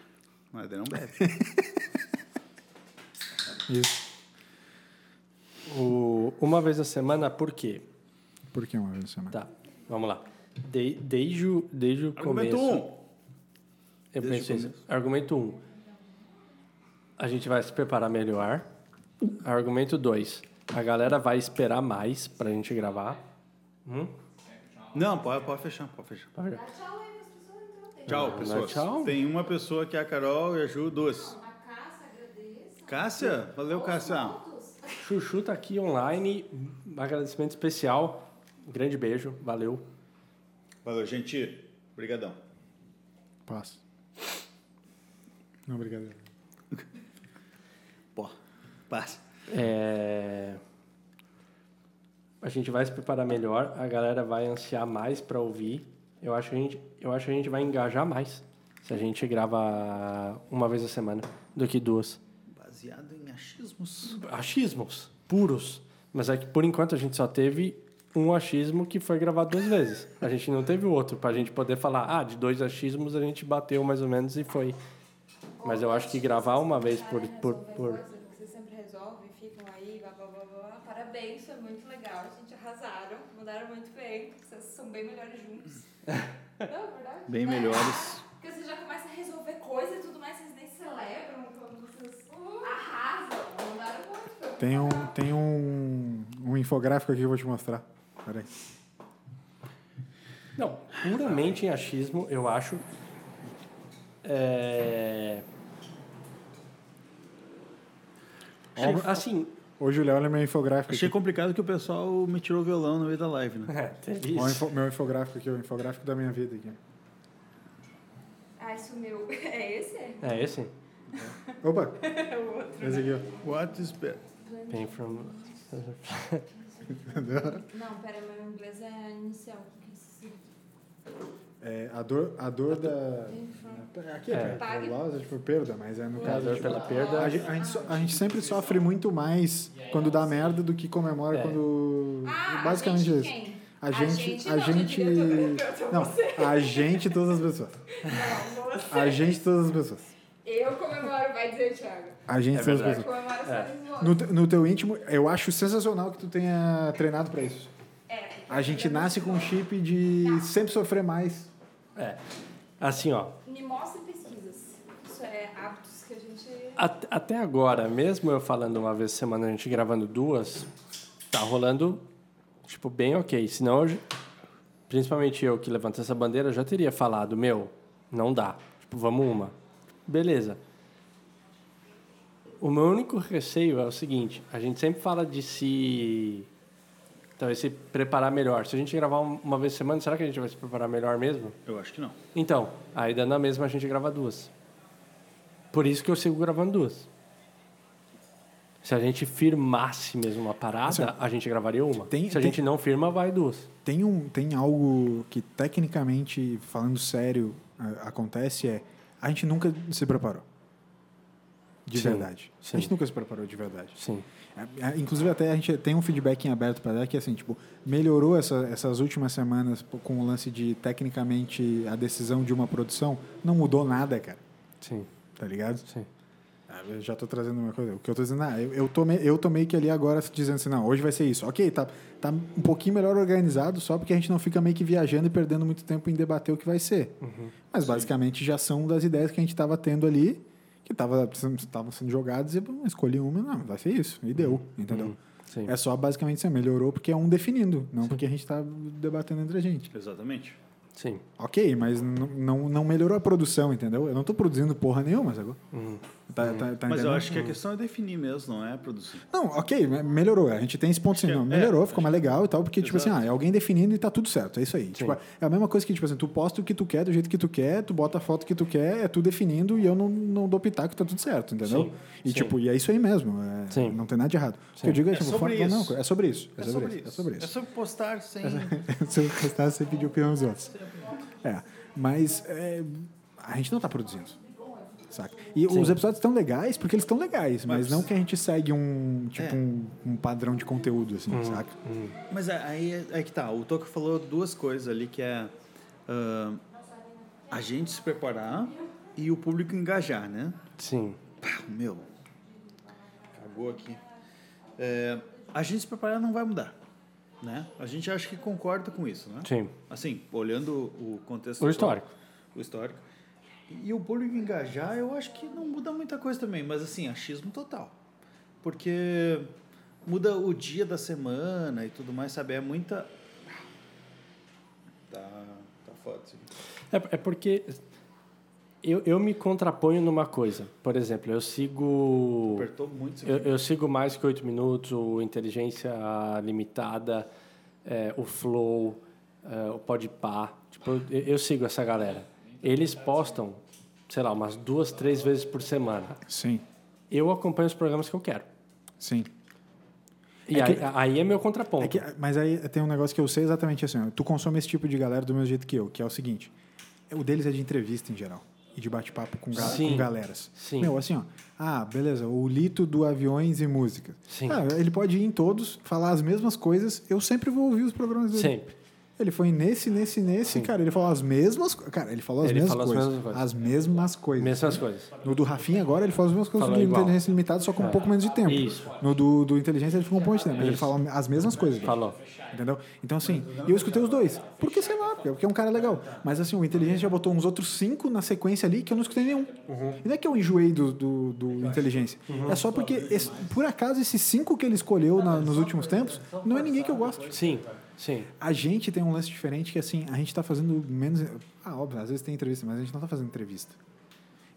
Mas ele não bebe.
Isso.
O, uma vez a semana, por quê?
Por que uma vez na semana?
Tá, vamos lá. De- desde, o- desde o
Argumento
começo.
um.
Eu
Desde
pensei,
o
isso. É argumento 1. Um, a gente vai se preparar melhor. Argumento 2. A galera vai esperar mais pra gente gravar. Hum?
Não, pode, pode fechar, pode fechar.
Tá vendo?
Tchau aí pras pessoas, então. Tem
Tchau,
Ah,
pessoas.
tchau.
Tem uma pessoa que é a Carol e a Ju, duas.
a caça, agradeça.
Cássia? Valeu, Cássia.
Todos.
Chuchu tá aqui online. Um agradecimento especial. Um grande beijo. Valeu.
Valeu, gente. Obrigadão.
Passa. Não, brincadeira.
Pô, passa.
É, A gente vai se preparar melhor. A galera vai ansiar mais pra ouvir. Eu acho, que a gente, eu acho que a gente vai engajar mais se a gente grava uma vez a semana do que duas.
Baseado em achismos.
achismos puros. Mas é que por enquanto a gente só teve um achismo que foi gravado duas vezes. A gente não teve o outro para a gente poder falar, ah, de dois achismos a gente bateu mais ou menos e foi. Mas eu acho que gravar uma vez por. por, por...
Coisa que vocês sempre resolvem, ficam aí, blá blá blá blá. Parabéns, foi muito legal. A gente arrasaram, mandaram muito bem. Vocês são bem melhores juntos. Não, é verdade?
Bem melhores.
Porque vocês já começam a resolver coisas e tudo mais, vocês nem celebram quando vocês arrasam. Mandaram muito, foi muito
Tem um,
legal.
tem um, um infográfico aqui que eu vou te mostrar. Peraí.
Não, puramente em achismo, eu acho. É. Che- Assim.
Hoje o Léo olha meu infográfico.
Achei
Aqui.
complicado que o pessoal me tirou o violão no meio da live, né?
É, teve
Ó, o
isso.
info- meu infográfico aqui, o infográfico da minha vida aqui.
Ai, sumiu. É esse? É
É esse?
Opa,
o outro.
esse aqui, ó.
What is better?
Pain from.
Não, pera, meu inglês é inicial. O que significa?
É, a dor, a dor da... Aqui
É.
é, é. loss, tipo, perda, mas é no caso...
dor tá
tipo,
pela perda.
A gente, a gente so- a gente sempre sofre muito mais quando dá merda do que comemora
É.
quando...
Ah,
Basicamente é
a
isso.
gente quem?
A gente, a
não, eu
gente,
diria toda- eu tô-
não, a gente e todas as pessoas.
Não, você.
A gente e todas as pessoas.
Eu comemoro, vai dizer o Thiago.
A gente e todas as
Eu
pessoas.
comemoro só
É.
os
No,
outros.
te- no teu íntimo, eu acho sensacional que tu tenha treinado pra isso.
É, porque
A gente
eu
nasce com um
comemoro.
chip de sempre sofrer mais.
É. Assim, ó.
Me mostra pesquisas. Isso é hábitos que a gente.
At- Até agora, mesmo eu falando uma vez por semana, a gente gravando duas, tá rolando, tipo, bem ok. Senão, eu j- principalmente eu que levanto essa bandeira, eu já teria falado, meu, não dá. Tipo, vamos uma. Beleza. O meu único receio é o seguinte, a gente sempre fala de se... Talvez Então, se preparar melhor. Se a gente gravar um- uma vez por semana, será que a gente vai se preparar melhor mesmo?
Eu acho que não.
Então, aí dando a mesma, a gente grava duas. Por isso que eu sigo gravando duas. Se a gente firmasse mesmo uma parada, a gente gravaria uma.
Tem-
Se a
tem-
gente não firma, vai duas.
Tem, um, tem algo que, tecnicamente, falando sério, a- acontece é... A gente nunca se preparou. De
Sim,
verdade.
sim.
A gente nunca se preparou de verdade.
Sim.
É, é, Inclusive, até a gente tem um feedback em aberto para dar que, assim, tipo, melhorou essa- essas últimas semanas p- com o lance de, tecnicamente, a decisão de uma produção. Não mudou nada, cara.
Sim.
Tá ligado?
Sim.
Ah, Eu já tô trazendo uma coisa. O que eu tô dizendo, ah, eu, eu, tô, me- eu tô meio que ali agora dizendo assim, não, hoje vai ser isso. Ok, tá, tá um pouquinho melhor organizado, só porque a gente não fica meio que viajando e perdendo muito tempo em debater o que vai ser.
Uhum.
Mas basicamente já são das ideias que a gente tava tendo ali, que tava, estavam sendo jogadas, e bom, escolhi uma, não, vai ser isso. E
Uhum.
deu, entendeu?
Sim.
É só basicamente isso, melhorou porque é um definindo, não porque a gente tá debatendo entre a gente.
Exatamente.
Sim.
Ok, mas n- não, não melhorou a produção, entendeu? Eu não tô produzindo porra nenhuma, agora. Tá, tá, tá
Uhum. Mas eu
entendendo?
acho que a questão é definir mesmo, não é produzir.
Não, ok, me- melhorou. A gente tem esse ponto assim,
que
não,
é-
melhorou,
é,
ficou mais legal e tal, porque, tipo assim,
Exato.
ah, é alguém definindo e tá tudo certo, é isso aí. Tipo, é a mesma coisa que, tipo assim, tu posta o que tu quer, do jeito que tu quer, tu bota a foto que tu quer, é tu definindo e eu não, não dou pitaco, tá tudo certo, entendeu?
Sim,
E,
sim.
tipo, e é isso aí mesmo, é,
Sim.
não tem nada de errado. O que eu digo é,
É
tipo,
sobre
fora- não,
isso.
é sobre isso, é, sobre, isso, é sobre
É
isso. É.
sobre postar sem.
Se eu gostar, você pedir opinião dos outros. É, mas é, a gente não tá produzindo. Saca? E os episódios estão legais porque eles estão legais, mas, não que a gente segue um, tipo,
É.
um, um padrão de conteúdo, assim, saca?
Mas é- aí é, é que tá. O Toco falou duas coisas ali que é ah, a gente se preparar e o público engajar, né?
Sim.
Pá, meu. Cagou aqui. É, a gente se preparar não vai mudar. Né? A gente acha que concorda com isso, né?
Sim.
Assim, olhando o contexto.
O histórico.
O histórico. E o público engajar, eu acho que não muda muita coisa também, mas assim, achismo total. Porque muda o dia da semana e tudo mais, sabe? É muita. Tá, tá foda isso aqui.
É, é porque eu, eu me contraponho numa coisa. Por exemplo, eu sigo.
Apertou muito isso
Eu,
aqui.
eu sigo mais que oito minutos, o Inteligência Limitada, é, o Flow, é, o Podpah. Tipo, eu, eu sigo essa galera. Eles postam, sei lá, umas duas, três vezes por semana.
Sim,
Eu acompanho os programas que eu quero.
sim.
E aí, aí é meu contraponto.
É que- mas aí tem um negócio que eu sei exatamente assim, ó, tu consome esse tipo de galera do mesmo jeito que eu, que é o seguinte, o deles é de entrevista em geral. E de bate-papo com, ga-
Sim.
com galeras.
Sim.
Meu, assim, ó. Ah, beleza, o Lito do Aviões e Música.
Sim.
Ah, ele pode ir em todos, falar as mesmas coisas, eu sempre vou ouvir os programas dele.
Sempre.
Ele foi nesse, nesse, nesse, cara. Ele falou as mesmas. co- Cara, ele falou as,
Ele
mesmas,
falou as
coisas,
mesmas coisas.
As mesmas coisas.
Mesmas coisas.
No do Rafinha agora, ele fala as mesmas coisas do
Falou igual. É.
Inteligência Limitada, só com um pouco menos de tempo.
Isso.
No do, do Inteligência, ele ficou um pouco de tempo. Mas ele
Isso.
fala as mesmas coisas.
Falou.
Entendeu? Então, assim, eu escutei os dois. Porque, sei lá, porque é um cara legal. Mas, assim, o Inteligência já botou uns outros cinco na sequência ali que eu não escutei nenhum. E não é que eu enjoei do, do, do Inteligência. É só porque, esse- por acaso, esses cinco que ele escolheu na- nos últimos tempos, não é ninguém que eu gosto.
Sim, sim.
A gente tem um lance diferente que, assim, a gente tá fazendo menos... Ah, óbvio, às vezes tem entrevista, mas a gente não tá fazendo entrevista.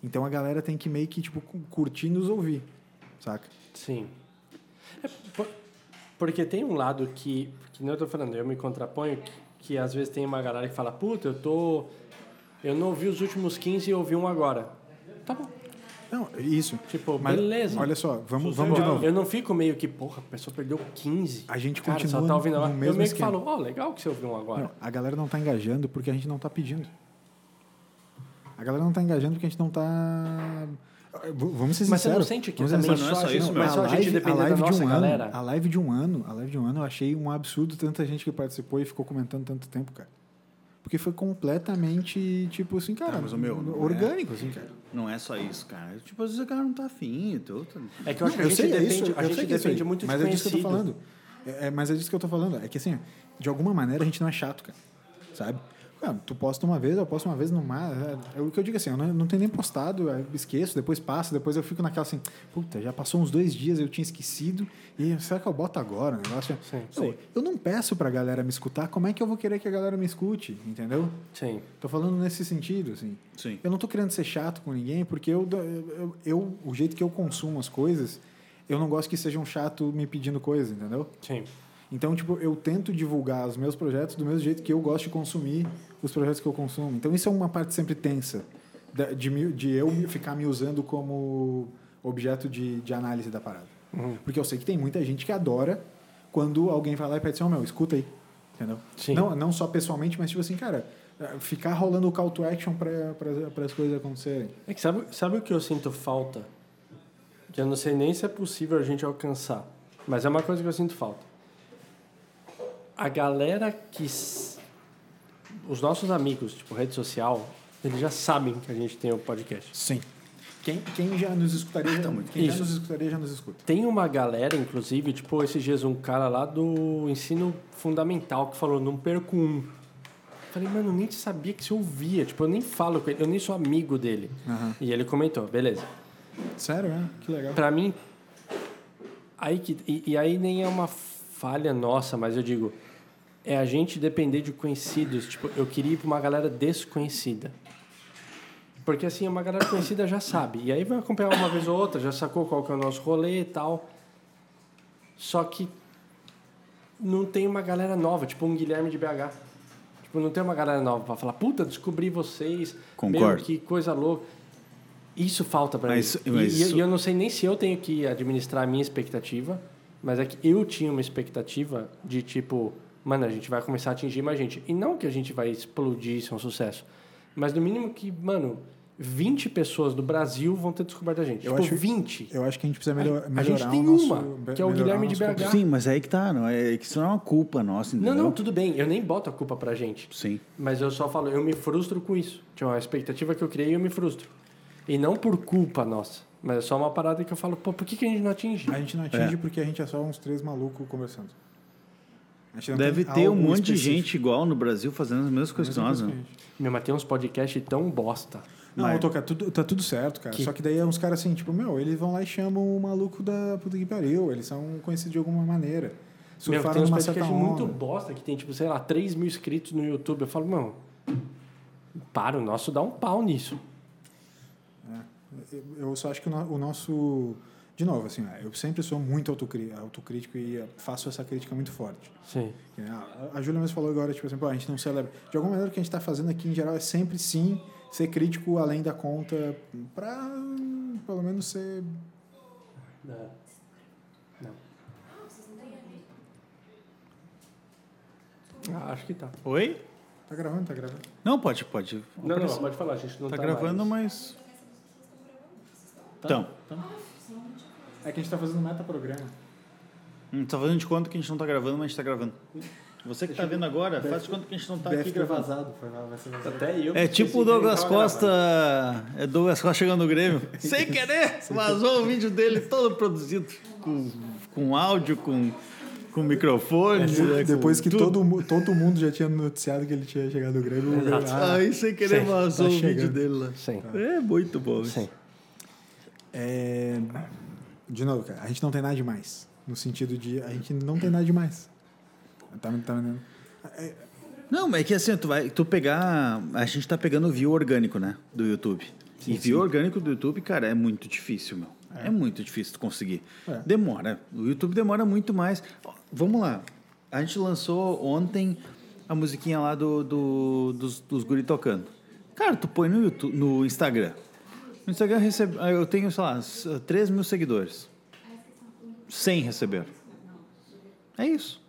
Então, a galera tem que meio que, tipo, cu- curtir e nos ouvir, saca?
Sim. É po- porque tem um lado que, que não eu tô falando, eu me contraponho, que, que às vezes tem uma galera que fala, puta, eu tô. Eu não ouvi os últimos 15 e ouvi um agora. Tá bom.
Não, isso.
Tipo,
Mas,
beleza.
Olha só, vamos, vamos de
Pô,
novo.
Eu não fico meio que, porra, a pessoa perdeu 15.
A gente
Cara,
continua
só tá ouvindo
no
agora.
mesmo
Eu meio
esquema.
que falo, ó, legal que você ouviu um agora.
Não, a galera não tá engajando porque a gente não tá pedindo. A galera não tá engajando porque a gente não tá. V- Vamos ser sinceros.
Mas você não sente que
vamos ser
também
sinceros.
não é só
a gente-
isso,
mas
a
só a gente
live-
depender
a
da
live de
nossa
um
galera.
Ano, a live de um ano, a live de um ano, eu achei um absurdo tanta gente que participou e ficou comentando tanto tempo, cara. Porque foi completamente, tipo assim, cara,
Ah, mas o meu não é.
orgânico, assim, cara.
Não é só isso, cara. Tipo, às vezes o cara não tá afim. Tô... tô-
É que eu acho
Não,
que a gente
é
depende,
isso,
a
eu
gente
sei que é isso
depende
aí,
muito de
Mas é disso que eu tô
conhecido.
falando. É, é, mas é disso que eu tô falando. É que assim, de alguma maneira a gente não é chato, cara. Sabe? Cara, tu posta uma vez, eu posto uma vez no mar. É, é o que eu digo assim, eu não, não tenho nem postado, eu esqueço, depois passa, depois eu fico naquela assim, puta, já passou uns dois dias, eu tinha esquecido, e será que eu boto agora? O negócio é- Pô, Eu não peço pra galera me escutar, como é que eu vou querer que a galera me escute? Entendeu?
Sim.
Tô falando nesse sentido, assim.
Sim.
Eu não tô querendo ser chato com ninguém, porque eu, eu, eu- o jeito que eu consumo as coisas, eu não gosto que sejam chato me pedindo coisas, entendeu?
Sim.
Então, tipo, eu tento divulgar os meus projetos do mesmo jeito que eu gosto de consumir os projetos que eu consumo. Então, isso é uma parte sempre tensa. da- de, me- de eu me- ficar me usando como objeto de, de análise da parada. Porque eu sei que tem muita gente que adora quando alguém vai lá e pede assim, "Ô, meu, escuta aí. Entendeu?
Sim.
Não, não só pessoalmente, mas tipo assim, cara, eh, ficar rolando o call to action para as coisas acontecerem.
É que sabe, sabe o que eu sinto falta? Que eu não sei nem se é possível a gente alcançar. Mas é uma coisa que eu sinto falta. A galera que. s- Os nossos amigos, tipo, rede social, eles já sabem que a gente tem o podcast.
Sim. Quem, quem já nos escutaria, já, quem já
Isso.
nos escutaria já nos escuta.
Tem uma galera, inclusive, tipo, esses dias um cara lá do ensino fundamental que falou, não perco um. Falei, mano, eu nem sabia que se ouvia. Tipo, eu nem falo com ele, eu nem sou amigo dele.
Aham.
E ele comentou, beleza.
Sério, né? Que legal.
Pra mim, aí que, e, e aí nem é uma falha nossa, mas eu digo, é a gente depender de conhecidos. Tipo, eu queria ir pra uma galera desconhecida. Porque assim, uma galera conhecida já sabe. E aí vai acompanhar uma vez ou outra, já sacou qual que é o nosso rolê e tal. Só que não tem uma galera nova, tipo um Guilherme de BH. Tipo, não tem uma galera nova pra falar, puta, descobri vocês.
Concordo.
Meu, que coisa louca. Isso falta pra
Mas-
mim.
mas
e, e eu-
isso-
e eu não sei nem se eu tenho que administrar a minha expectativa, mas é que eu tinha uma expectativa de tipo, mano, a gente vai começar a atingir mais gente. E não que a gente vai explodir isso é um sucesso. Mas no mínimo que, mano, 20 pessoas do Brasil vão ter descoberto a gente.
Eu
tipo,
acho-
20.
Eu acho que é, a gente precisa melhor,
A- a
melhorar
gente tem
o nosso,
uma,
be-
que é o
melhorar
Guilherme de
nosso
BH.
conteúdo.
Sim, mas aí que tá, não é, é que isso não é uma culpa nossa, entendeu?
Não,
né?
não, tudo bem. Eu nem boto a culpa pra gente.
Sim.
Mas eu só falo, eu me frustro com isso. Tinha uma expectativa que eu criei e eu me frustro. E não por culpa nossa. Mas é só uma parada que eu falo, pô, por que, que a gente não atinge?
A gente não atinge porque a gente é só uns três malucos conversando. A gente não
Deve
tem
ter um
algo
monte de
específico. é
gente igual no Brasil fazendo as mesmas coisas que nós, né?
Meu, mas tem uns podcasts tão bosta.
Não,
Mas-
tô, cara, tudo, tá tudo certo, cara.
Que-
Só que daí é uns caras assim, tipo, meu, eles vão lá e chamam o maluco da puta que pariu. Eles são conhecidos de alguma maneira.
Meu, tem
Surfaram
uns
uma certa
podcasts muito
onda.
bosta que tem, tipo, sei lá, 3 mil inscritos no YouTube. Eu falo, mano, para, o nosso dá um pau nisso.
Eu- Eu só acho que o, no- o nosso... De novo, assim, ó, eu sempre sou muito autocri- autocrítico e eh, faço essa crítica muito forte.
Sim.
Que nem É, A, a Júlia mesmo falou agora, tipo assim, pô, a gente não celebra. De alguma maneira, o que a gente está fazendo aqui em geral é sempre sim ser crítico além da conta para pelo menos ser.
É. Ah, acho que tá.
Oi?
Tá gravando, tá gravando.
Não, pode, pode.
Não, não, pode falar, a gente não
Então tá
tá,
gravando,
mais.
mas. Então,
É que a gente tá fazendo metaprograma.
hum, tá fazendo de conta que a gente não tá gravando, mas a gente tá gravando. Você que tá vendo agora, faz de conta que a gente não tá aqui gravando.
foi lá, vai ser
Até eu.
É tipo o Douglas Costa. É Douglas Costa chegando no Grêmio. Sem querer! Vazou o vídeo dele todo produzido. Com, com áudio, com, com microfone. né, com
É, Depois que
tudo.
todo, mu- todo mundo já tinha noticiado que ele tinha chegado no Grêmio,
Exato.
ah,
Aí sem querer
Sim, tá
vazou o vídeo
chegando.
dele lá.
Sim.
É muito bom. isso.
Sim.
É, de novo, cara, a gente não tem nada demais. No sentido de a gente não tem nada demais. Tá, me- tá, me-
Não, mas é que assim, tu vai tu pegar. A gente tá pegando o view orgânico, né? Do YouTube. e view orgânico do YouTube, cara, é muito difícil, meu. É, muito difícil tu conseguir.
É.
Demora. O YouTube demora muito mais. Ó, Vamos lá. A gente lançou ontem a musiquinha lá do, do- dos, dos guri tocando. Cara, tu põe no, YouTube, no Instagram. No Instagram recebe, ah, eu tenho, sei lá, s- 3 mil seguidores. 100 receberam. É isso.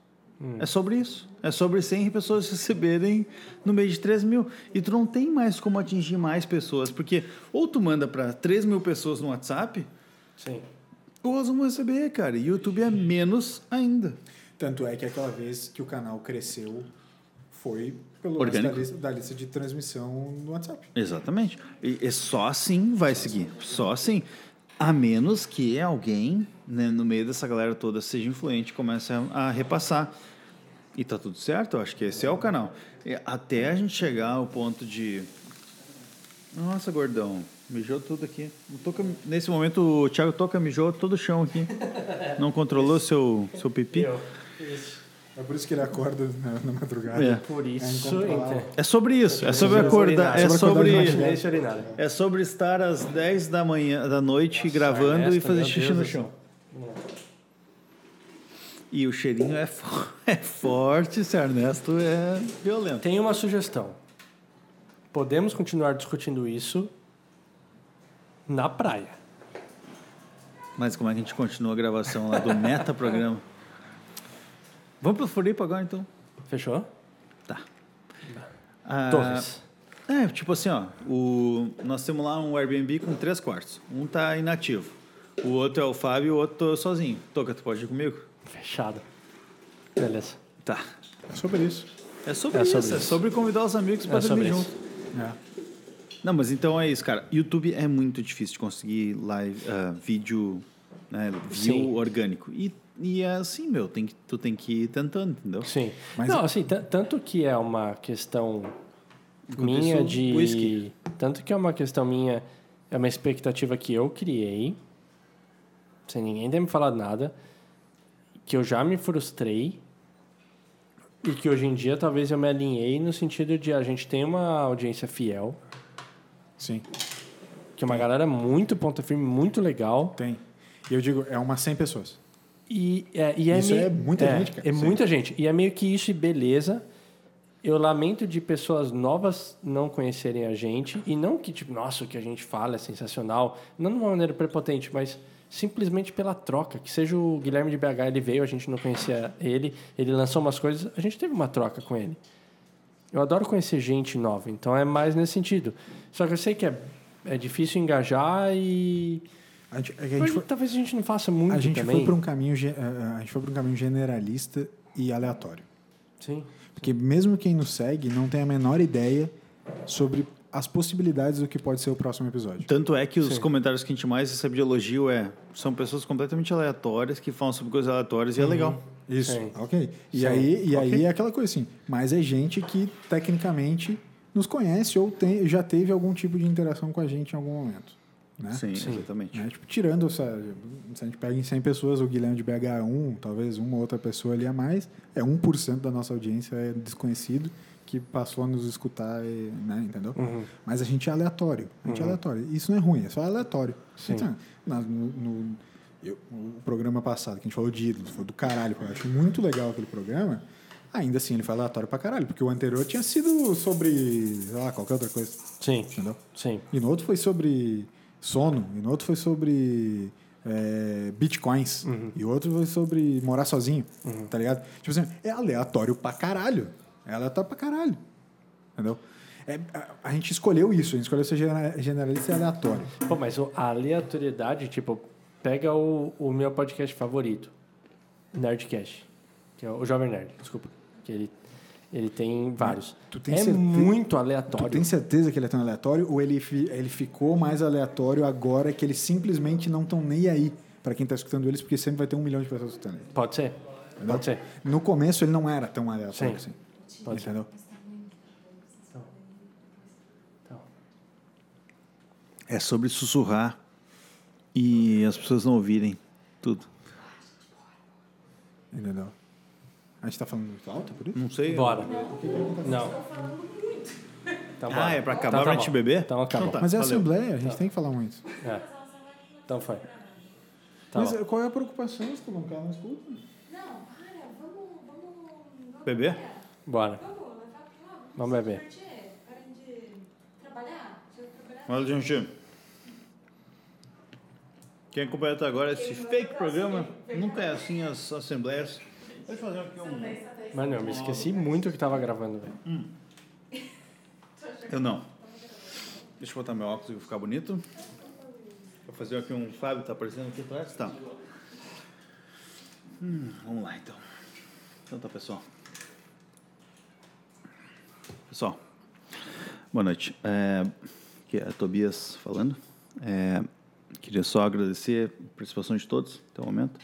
É sobre isso. É sobre 100 pessoas receberem no mês de 3 mil. E tu não tem mais como atingir mais pessoas, porque ou tu manda para 3 mil pessoas no WhatsApp,
Sim.
ou elas vão receber, cara. E YouTube é menos ainda.
Tanto é que aquela vez que o canal cresceu foi pelo lance da
Orgânico.
lista, da lista de transmissão no WhatsApp.
Exatamente. E, e só assim vai seguir. Só assim. A menos que alguém, né, no meio dessa galera toda, seja influente e comece a, a repassar. E tá tudo certo, eu acho que esse é o canal. E até a gente chegar ao ponto de. Nossa, gordão, mijou tudo aqui. O Toca- nesse momento, o Thiago Toca mijou todo o chão aqui. Não controlou seu, seu pipi.
Eu. Isso.
É por isso que ele acorda na, na madrugada.
É.
Por isso, então,
incontrolável.
entre-
É sobre isso, é sobre acordar. É
Sobre acordar de
sobre.
matinê.
Silêncio urinário.
É sobre estar às 10 da manhã, da noite, gravando e
Ernesto,
fazer
meu
xixi
Deus
no
do
chão.
Vamos lá.
E o cheirinho é, fo- é forte, esse Ernesto é violento.
Tem uma sugestão. Podemos continuar discutindo isso na praia.
Mas como é que a gente continua a gravação lá do meta programa? Vamos pro Floripa agora então?
Fechou?
Tá. Ah,
Torres.
É, tipo assim, ó, o, nós temos lá um Airbnb com três quartos. Um tá inativo. O outro é o Fábio e o outro tô eu sozinho. Toca, tu pode ir comigo?
Fechado. Beleza.
Tá.
É sobre isso.
É sobre,
É sobre
isso, é
isso.
sobre convidar os amigos pra
É sobre
dormir
isso.
junto.
É.
Não, mas então é isso, cara. YouTube é muito difícil de conseguir live, ah, vídeo, né, view
Sim.
orgânico. E, e é assim, meu, tem que, tu tem que ir tentando, entendeu?
Sim.
Mas-
Não, assim, tan- tanto que é uma questão minha
isso,
de.
whisky.
Tanto que é uma questão minha, é uma expectativa que eu criei, sem ninguém ter me falado nada, que eu já me frustrei e que hoje em dia talvez eu me alinhei no sentido de a gente tem uma audiência fiel,
Sim,
que é uma galera muito ponta firme, muito legal.
tem. E eu digo, é umas 100 pessoas.
E é, e é
Isso
meio-
é muita gente, cara.
É
Sim.
muita gente. E é meio que isso e beleza. Eu lamento de pessoas novas não conhecerem a gente. E não que, tipo, nossa, o que a gente fala é sensacional. Não de uma maneira prepotente, mas simplesmente pela troca. Que seja o Guilherme de BH, ele veio, a gente não conhecia ele. Ele lançou umas coisas, a gente teve uma troca com ele. Eu adoro conhecer gente nova, então é mais nesse sentido. Só que eu sei que é, é difícil engajar e...
A gente, é que a gente foi,
Talvez a gente não faça muito
a gente
também.
foi para um caminho, ge- eh, a gente foi para um caminho generalista e aleatório.
Sim.
Porque mesmo quem nos segue não tem a menor ideia sobre as possibilidades do que pode ser o próximo episódio.
Tanto é que os comentários que a gente mais recebe de elogio é são pessoas completamente aleatórias que falam sobre coisas aleatórias
Uhum.
e é legal.
Isso,
Sim.
ok. E
Sim,
aí, e
ok.
aí é aquela coisa assim. Mas é gente que tecnicamente nos conhece ou tem, já teve algum tipo de interação com a gente em algum momento. Né?
Sim,
Sim.
exatamente.
Né? Tipo, tirando essa. Se a gente pega em 100 pessoas, o Guilherme de BH é um, talvez uma outra pessoa ali a mais, é 1% da nossa audiência é desconhecido que passou a nos escutar, e, né? Entendeu? Mas a gente é aleatório. A gente é aleatório. Isso não é ruim, é só aleatório. Então, na- no, no- eu- o programa passado, que a gente falou de ídolos, foi do caralho, eu acho muito legal aquele programa. Ainda assim, ele foi aleatório pra caralho, porque o anterior tinha sido sobre, sei lá, qualquer outra coisa.
Sim.
Entendeu?
Sim.
E no outro foi sobre sono, e no outro foi sobre é, bitcoins,
Uhum.
e o outro foi sobre morar sozinho, tá ligado? Tipo assim, é aleatório pra caralho. É aleatório pra caralho. Entendeu? É, a, a gente escolheu isso, a gente escolheu ser genera- generalista e aleatório.
Pô, mas o- a aleatoriedade, tipo, pega o, o meu podcast favorito, Nerdcast, que é o Jovem Nerd, desculpa. Que ele, ele tem vários.
tu tem
é
certeza-
muito
Tu
aleatório.
tem certeza que ele é tão aleatório ou ele, fi- ele ficou mais aleatório agora que eles simplesmente não estão nem aí pra quem tá escutando eles, porque sempre vai ter um milhão de pessoas escutando ele.
Pode ser?
Entendeu?
Pode ser.
No começo ele não era tão aleatório
Sim.
assim.
Pode ser.
entendeu?
Então,
É sobre sussurrar e as pessoas não ouvirem tudo.
Entendeu? A gente tá falando muito alto por isso?
Não sei.
bora. Não. Então, bora.
Ah, é pra acabar
então,
pra
tá
gente
bom.
beber?
Então acabou.
Então tá.
Mas é
valeu.
assembleia, a gente tem que falar um muito.
É. Então foi. Tá
tá. Mas
bom.
qual é a preocupação, Estevão? Que ela não escuta?
Não, para, vamos, vamos. vamos
Beber?
trabalhar.
é-
Bora.
Vamos, levar pra lá.
Vamos beber.
se divertir, é. Parem de trabalhar. Deixa eu trabalhar.
Olha, gente. Quem acompanha até agora esse fake programa, nunca é assim as assembleias. Deixa eu fazer aqui um.
Mano, eu me esqueci muito que tava gravando, velho.
Eu não. Deixa eu botar meu óculos e vou ficar bonito. Vou fazer aqui um Fábio, tá aparecendo aqui atrás? Tá. Hum, vamos lá então. Então tá, pessoal. Pessoal, boa noite. É, aqui é Tobias falando. É, queria só agradecer a participação de todos até o momento.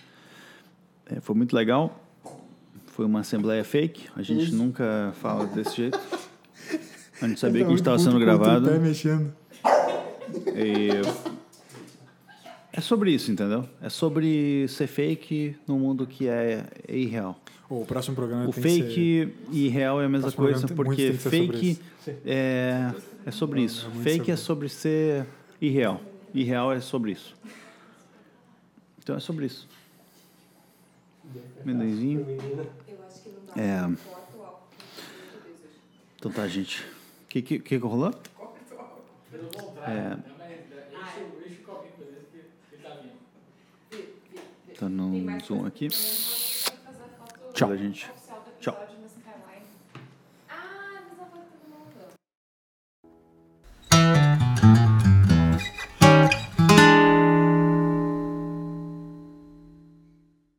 É, foi muito legal. Foi uma assembleia fake. A gente nunca fala desse jeito. A gente sabia que a gente estava sendo gravado.
Tá mexendo.
E- É sobre isso, entendeu? É sobre ser fake num mundo que é irreal.
Ô, o próximo programa
O
tem que ser...
fake e real é a mesma
Nosso programa
coisa,
tem- muito
porque
tem que ser sobre
fake
isso.
é, é sobre isso.
muito
Fake
sobre
é sobre ser irreal. Irreal é sobre isso. Então é sobre isso. Mendezinho.
Eu acho que não tá dá.
É,
Corta o álcool. Meu Deus, eu
então tá, gente. O que, que, que que rolou? É, botar no
tá Tem mais
Tá zoom
coisa
aqui.
que eu tenho, mas eu quero fazer a foto
Tchau, gente.
oficial do
Tchau.
episódio Ah,